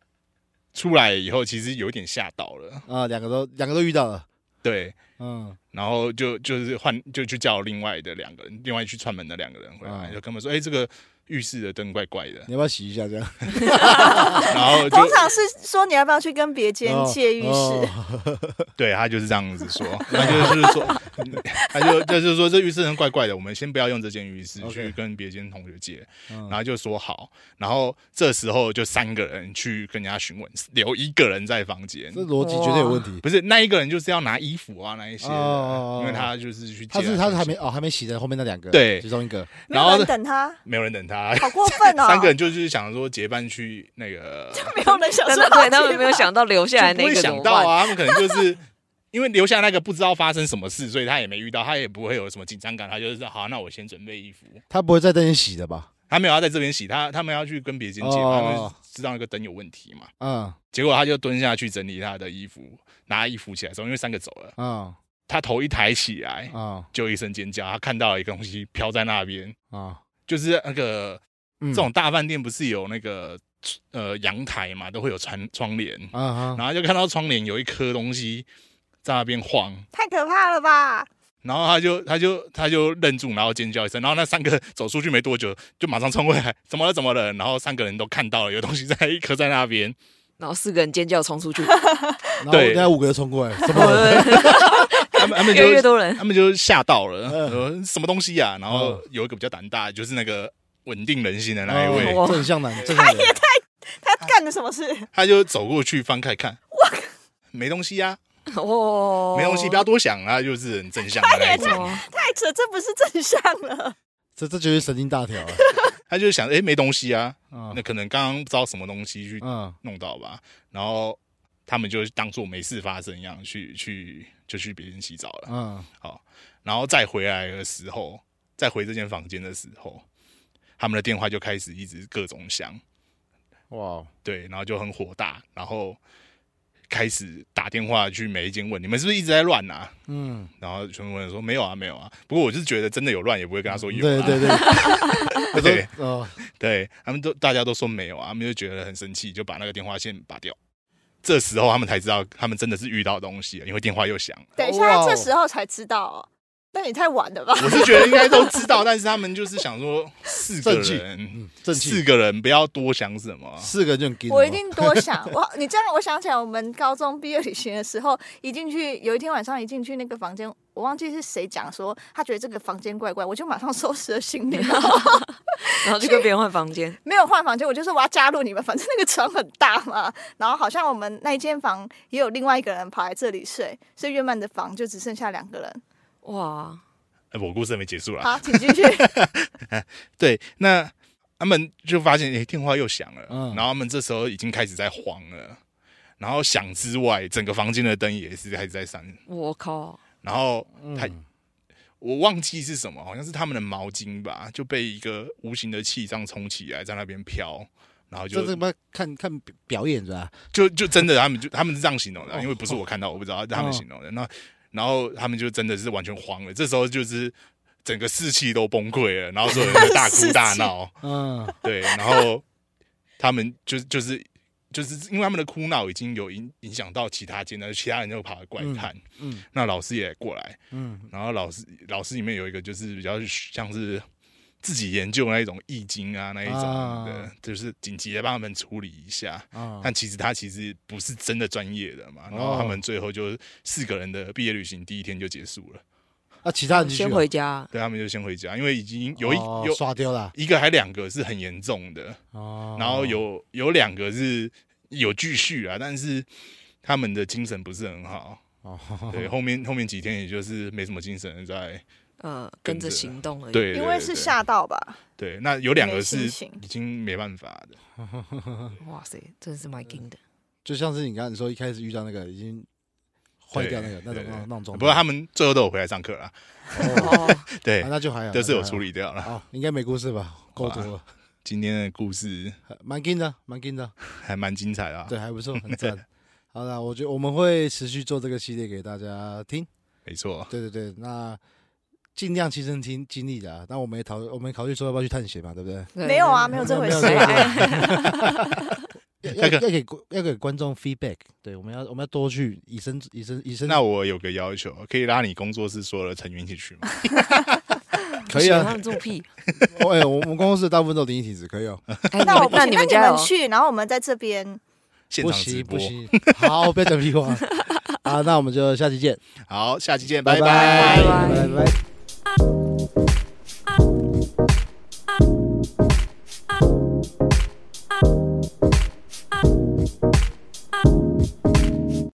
Speaker 3: 出来以后，其实有点吓到了，
Speaker 5: 啊，两个都两个都遇到了，
Speaker 3: 对。
Speaker 5: 嗯，
Speaker 3: 然后就就是换就去叫另外的两个人，另外去串门的两个人回来，
Speaker 5: 嗯
Speaker 3: 就跟他们说：“哎、这个浴室的灯怪怪的。 (laughs)
Speaker 5: 你要不要洗一下这样？”
Speaker 3: 然后就
Speaker 2: 通常是说你要不要去跟别间
Speaker 5: 哦
Speaker 2: 借浴室，
Speaker 5: 哦
Speaker 3: 对他就是这样子
Speaker 5: (laughs)
Speaker 3: 说，他就是说， (laughs) 他就就是说这浴室人怪怪的，我们先不要用这间浴室
Speaker 5: OK
Speaker 3: 去跟别间同学借，
Speaker 5: 嗯
Speaker 3: 然后就说好，然后这时候就三个人去跟人家询问，留一个人在房间
Speaker 5: 这，逻辑绝对有问题。
Speaker 3: 不是那一个人就是要拿衣服啊那一些的，
Speaker 5: 哦哦哦哦
Speaker 3: 因为他就是去借
Speaker 5: 他
Speaker 3: 啊
Speaker 5: 是
Speaker 3: 那
Speaker 5: 他
Speaker 3: 东
Speaker 5: 是
Speaker 3: 西
Speaker 5: 还没哦还没洗的后面那两个，
Speaker 3: 对
Speaker 5: 其中一个
Speaker 2: 没有
Speaker 3: 然后
Speaker 2: 人等他，
Speaker 3: (laughs) 没有人等他，大家
Speaker 2: 好过分 (laughs) 哦！
Speaker 3: 三个人就是想说结伴去那个，
Speaker 2: 就没有人想
Speaker 4: 但
Speaker 2: 说
Speaker 4: 是
Speaker 2: 要
Speaker 4: 对
Speaker 2: 去
Speaker 4: 他们没有
Speaker 2: 吧
Speaker 4: 想到留下来
Speaker 3: 就
Speaker 4: 那
Speaker 3: 不会
Speaker 4: 个怎
Speaker 3: 想
Speaker 4: 么
Speaker 3: 到
Speaker 4: 办？
Speaker 3: 啊，他们可能就是因为留下那个不知道发生什么事，所以他也没遇到，他也不会有什么紧张感，他就是好，那我先准备衣服。
Speaker 5: 他不会在那边洗的吧？
Speaker 3: 他没有要在这边洗，他他们要去跟别间借嘛，他们
Speaker 5: 哦
Speaker 3: 知道那个灯有问题嘛，
Speaker 5: 嗯
Speaker 3: 结果他就蹲下去整理他的衣服，拿衣服起来的时候，因为三个走了，
Speaker 5: 嗯
Speaker 3: 他头一抬起来
Speaker 4: 哦
Speaker 5: 嗯
Speaker 3: 就一声尖叫，他看到了一个东西飘在那边，
Speaker 5: 嗯，
Speaker 3: 就是那个
Speaker 5: 这
Speaker 4: 嗯
Speaker 3: 这种大饭店不是有那个呃阳台嘛，都会有窗窗帘，
Speaker 4: 哦
Speaker 5: 啊哈，
Speaker 3: 然后就看到窗帘有一颗东西在那边晃，
Speaker 2: 太可怕了吧？
Speaker 3: 然后他就他就他就愣住，然后尖叫一声，然后那三个走出去没多久，就马上冲过来，怎么了怎么了？然后三个人都看到了有东西在一颗在那
Speaker 4: (laughs)
Speaker 3: 边，
Speaker 4: 然后四个人尖叫冲出
Speaker 3: (laughs)
Speaker 4: 去，
Speaker 5: 然后
Speaker 3: 对
Speaker 5: 那五个就冲过来，什么
Speaker 3: (laughs)
Speaker 5: 人？
Speaker 3: 他们他们
Speaker 4: 越来越
Speaker 3: 就
Speaker 4: 多
Speaker 5: (laughs)
Speaker 4: 人，
Speaker 3: 他们就吓到了，
Speaker 5: 嗯
Speaker 3: 呃，什么东西呀、然后
Speaker 5: 嗯
Speaker 3: 有一个比较胆大的，就是那个稳定人心的那一
Speaker 4: 哦
Speaker 3: 位，
Speaker 4: 哇
Speaker 5: 正向男，正向
Speaker 2: 哎
Speaker 5: 男，
Speaker 2: 他干了什么事？
Speaker 3: 他就走过去翻开看，没东西呀、
Speaker 4: 哦，
Speaker 3: 没东西，不要多想啊，就是很正向的那一种。
Speaker 4: 哦
Speaker 2: 太扯，这不是正向了。
Speaker 5: 这这绝对神经大条
Speaker 3: (laughs)
Speaker 5: 了。
Speaker 3: 他就想，哎、没东西啊，那
Speaker 5: 嗯
Speaker 3: 可能刚刚不知道什么东西去
Speaker 5: 嗯
Speaker 3: 弄到吧，然后他们就当做没事发生一样，去去就去别人洗澡了。
Speaker 5: 嗯，
Speaker 3: 然后再回来的时候，再回这间房间的时候，他们的电话就开始一直各种响，
Speaker 5: 哇，
Speaker 3: 对，然后就很火大，然后开始打电话去每一间问你们是不是一直在乱啊？
Speaker 5: 嗯，
Speaker 3: 然后全部人说没有啊，没有啊。不过我就是觉得真的有乱，也不会跟他说有、
Speaker 5: 对
Speaker 3: 啊。 (laughs)
Speaker 5: 对对，他
Speaker 3: 对
Speaker 5: 说哦，
Speaker 3: 对，他们都大家都说没有啊，他们就觉得很生气，就把那个电话线拔掉。这时候他们才知道，他们真的是遇到东西了，因为电话又响了。
Speaker 2: 等一下，
Speaker 5: 哇哦
Speaker 2: 这时候才知道、哦，那也太晚了吧？
Speaker 3: 我是觉得应该都知道，但是他们就是想说四个
Speaker 5: 正气
Speaker 3: 人，
Speaker 5: 嗯，正
Speaker 3: 四
Speaker 5: 气，
Speaker 3: 个人不要多想什么。
Speaker 5: 四个人就很劲了
Speaker 2: 我一定多想， (laughs) 我你这样让我想起来，我们高中毕业旅行的时候，一进去有一天晚上一进去那个房间，我忘记是谁讲说他觉得这个房间怪怪，我就马上收拾了 (laughs) 行李，然后
Speaker 4: 然后就跟别人换房间，
Speaker 2: 没有换房间，我就说我要加入你们，反 (laughs) 正那个床很大嘛。然后好像我们那一间房也有另外一个人跑来这里睡，所以原本的房就只剩下两个人。
Speaker 4: 哇，
Speaker 3: 哎我故事还没结束啦。
Speaker 2: 好，请 (laughs) 进去。
Speaker 3: 对，那他们就发现，哎、电话又响了，
Speaker 5: 嗯
Speaker 3: 然后他们这时候已经开始在慌了。然后响之外，整个房间的灯也是开始在闪。
Speaker 4: 我靠，
Speaker 3: 然后他、
Speaker 5: 嗯
Speaker 3: 我忘记是什么，好像是他们的毛巾吧，就被一个无形的气这样冲起来，在那边飘，然后
Speaker 5: 这
Speaker 3: 就
Speaker 5: 他妈看看表演是吧？
Speaker 3: 就就真的他们就他们是这样形容的啊，
Speaker 5: 哦
Speaker 3: 因为不是我看到，我不知道他们形容的。那然后他们就真的是完全慌了，这时候就是整个士气都崩溃了，然后所有人大哭
Speaker 5: (laughs)
Speaker 3: 大闹，
Speaker 5: 嗯
Speaker 3: 对，然后他们就就是。就是因为他们的哭闹已经有影影响到其他间了，其他人就跑来怪看，
Speaker 5: 嗯
Speaker 3: 那老师也过来，
Speaker 5: 嗯
Speaker 3: 然后老师老师里面有一个就是比较像是自己研究那一种易经啊那一种的，
Speaker 5: 啊
Speaker 3: 就是紧急的帮他们处理一下。
Speaker 5: 啊哦
Speaker 3: 但其实他其实不是真的专业的嘛，然后他们最后就四个人的毕业旅行第一天就结束了，
Speaker 5: 啊，其他人继续
Speaker 4: 先回家，
Speaker 3: 对他们就先回家，因为已经有一
Speaker 5: 哦
Speaker 3: 有
Speaker 5: 刷丢了
Speaker 3: 一个还两个是很严重的，
Speaker 5: 哦
Speaker 3: 然后有有两个是有继续啊，但是他们的精神不是很好，
Speaker 5: 哦
Speaker 3: 对，后面后面几天也就是没什么精神在，
Speaker 4: 呃，
Speaker 3: 跟
Speaker 4: 跟
Speaker 3: 着
Speaker 4: 着行动而已。
Speaker 3: 对，对
Speaker 2: 因为
Speaker 3: 对
Speaker 2: 是吓到吧？
Speaker 3: 对，那有两个
Speaker 2: 没
Speaker 3: 是
Speaker 2: 信心
Speaker 3: 已经没办法的，
Speaker 4: 哇塞，真的是蛮硬的。
Speaker 5: 就像是你刚才说一开始遇到那个已经坏掉那个那
Speaker 3: 对
Speaker 5: 种哦
Speaker 3: 对
Speaker 5: 那种那种状态，
Speaker 3: 不过他们最后都有回来上课了，
Speaker 5: 哦
Speaker 4: 哦，
Speaker 3: 对
Speaker 5: 啊，那就还好，
Speaker 3: 都是有
Speaker 5: 那就
Speaker 3: 处
Speaker 5: 还
Speaker 3: 理啊掉了。
Speaker 5: 好。好，应该没故事吧？
Speaker 3: (laughs)
Speaker 5: 够多了， (laughs)
Speaker 3: 今天的故事
Speaker 5: 蛮劲的，蛮劲的，
Speaker 3: 还蛮精彩的、啊，
Speaker 5: 对，还不错，很赞。好了，我觉得我们会持续做这个系列给大家听。
Speaker 3: 没错，
Speaker 5: 对对对，那尽量亲身听经历的啊。那我们也考，我们考虑说要不要去探险嘛，对不对？
Speaker 4: 对
Speaker 2: 没有啊，
Speaker 4: 对
Speaker 2: 没有这回
Speaker 5: 没有
Speaker 2: 事
Speaker 5: 没有
Speaker 2: 啊。
Speaker 5: 要要
Speaker 3: 那个
Speaker 5: 要给要给观众 feedback，对，我们要我们要多去以身以身以身。
Speaker 3: 那我有个要求，可以拉你工作室所有的成员一起去吗？
Speaker 4: 不
Speaker 5: 可以
Speaker 4: 行他
Speaker 5: 啊，
Speaker 4: 们这么屁。
Speaker 5: 我 (laughs) 哎，我我们公司大部分都灵异体质，可以哦。
Speaker 4: 哎
Speaker 2: 那我
Speaker 4: 们那
Speaker 2: 你
Speaker 4: 们家有
Speaker 2: 们去，然后我们在这边，
Speaker 3: 现
Speaker 5: 不
Speaker 3: 场直
Speaker 5: 行
Speaker 3: 播
Speaker 5: 不。行，好，不要讲屁话啊！那我们就下期见，
Speaker 3: 好，下期见，
Speaker 5: 拜
Speaker 3: 拜
Speaker 5: 拜拜拜。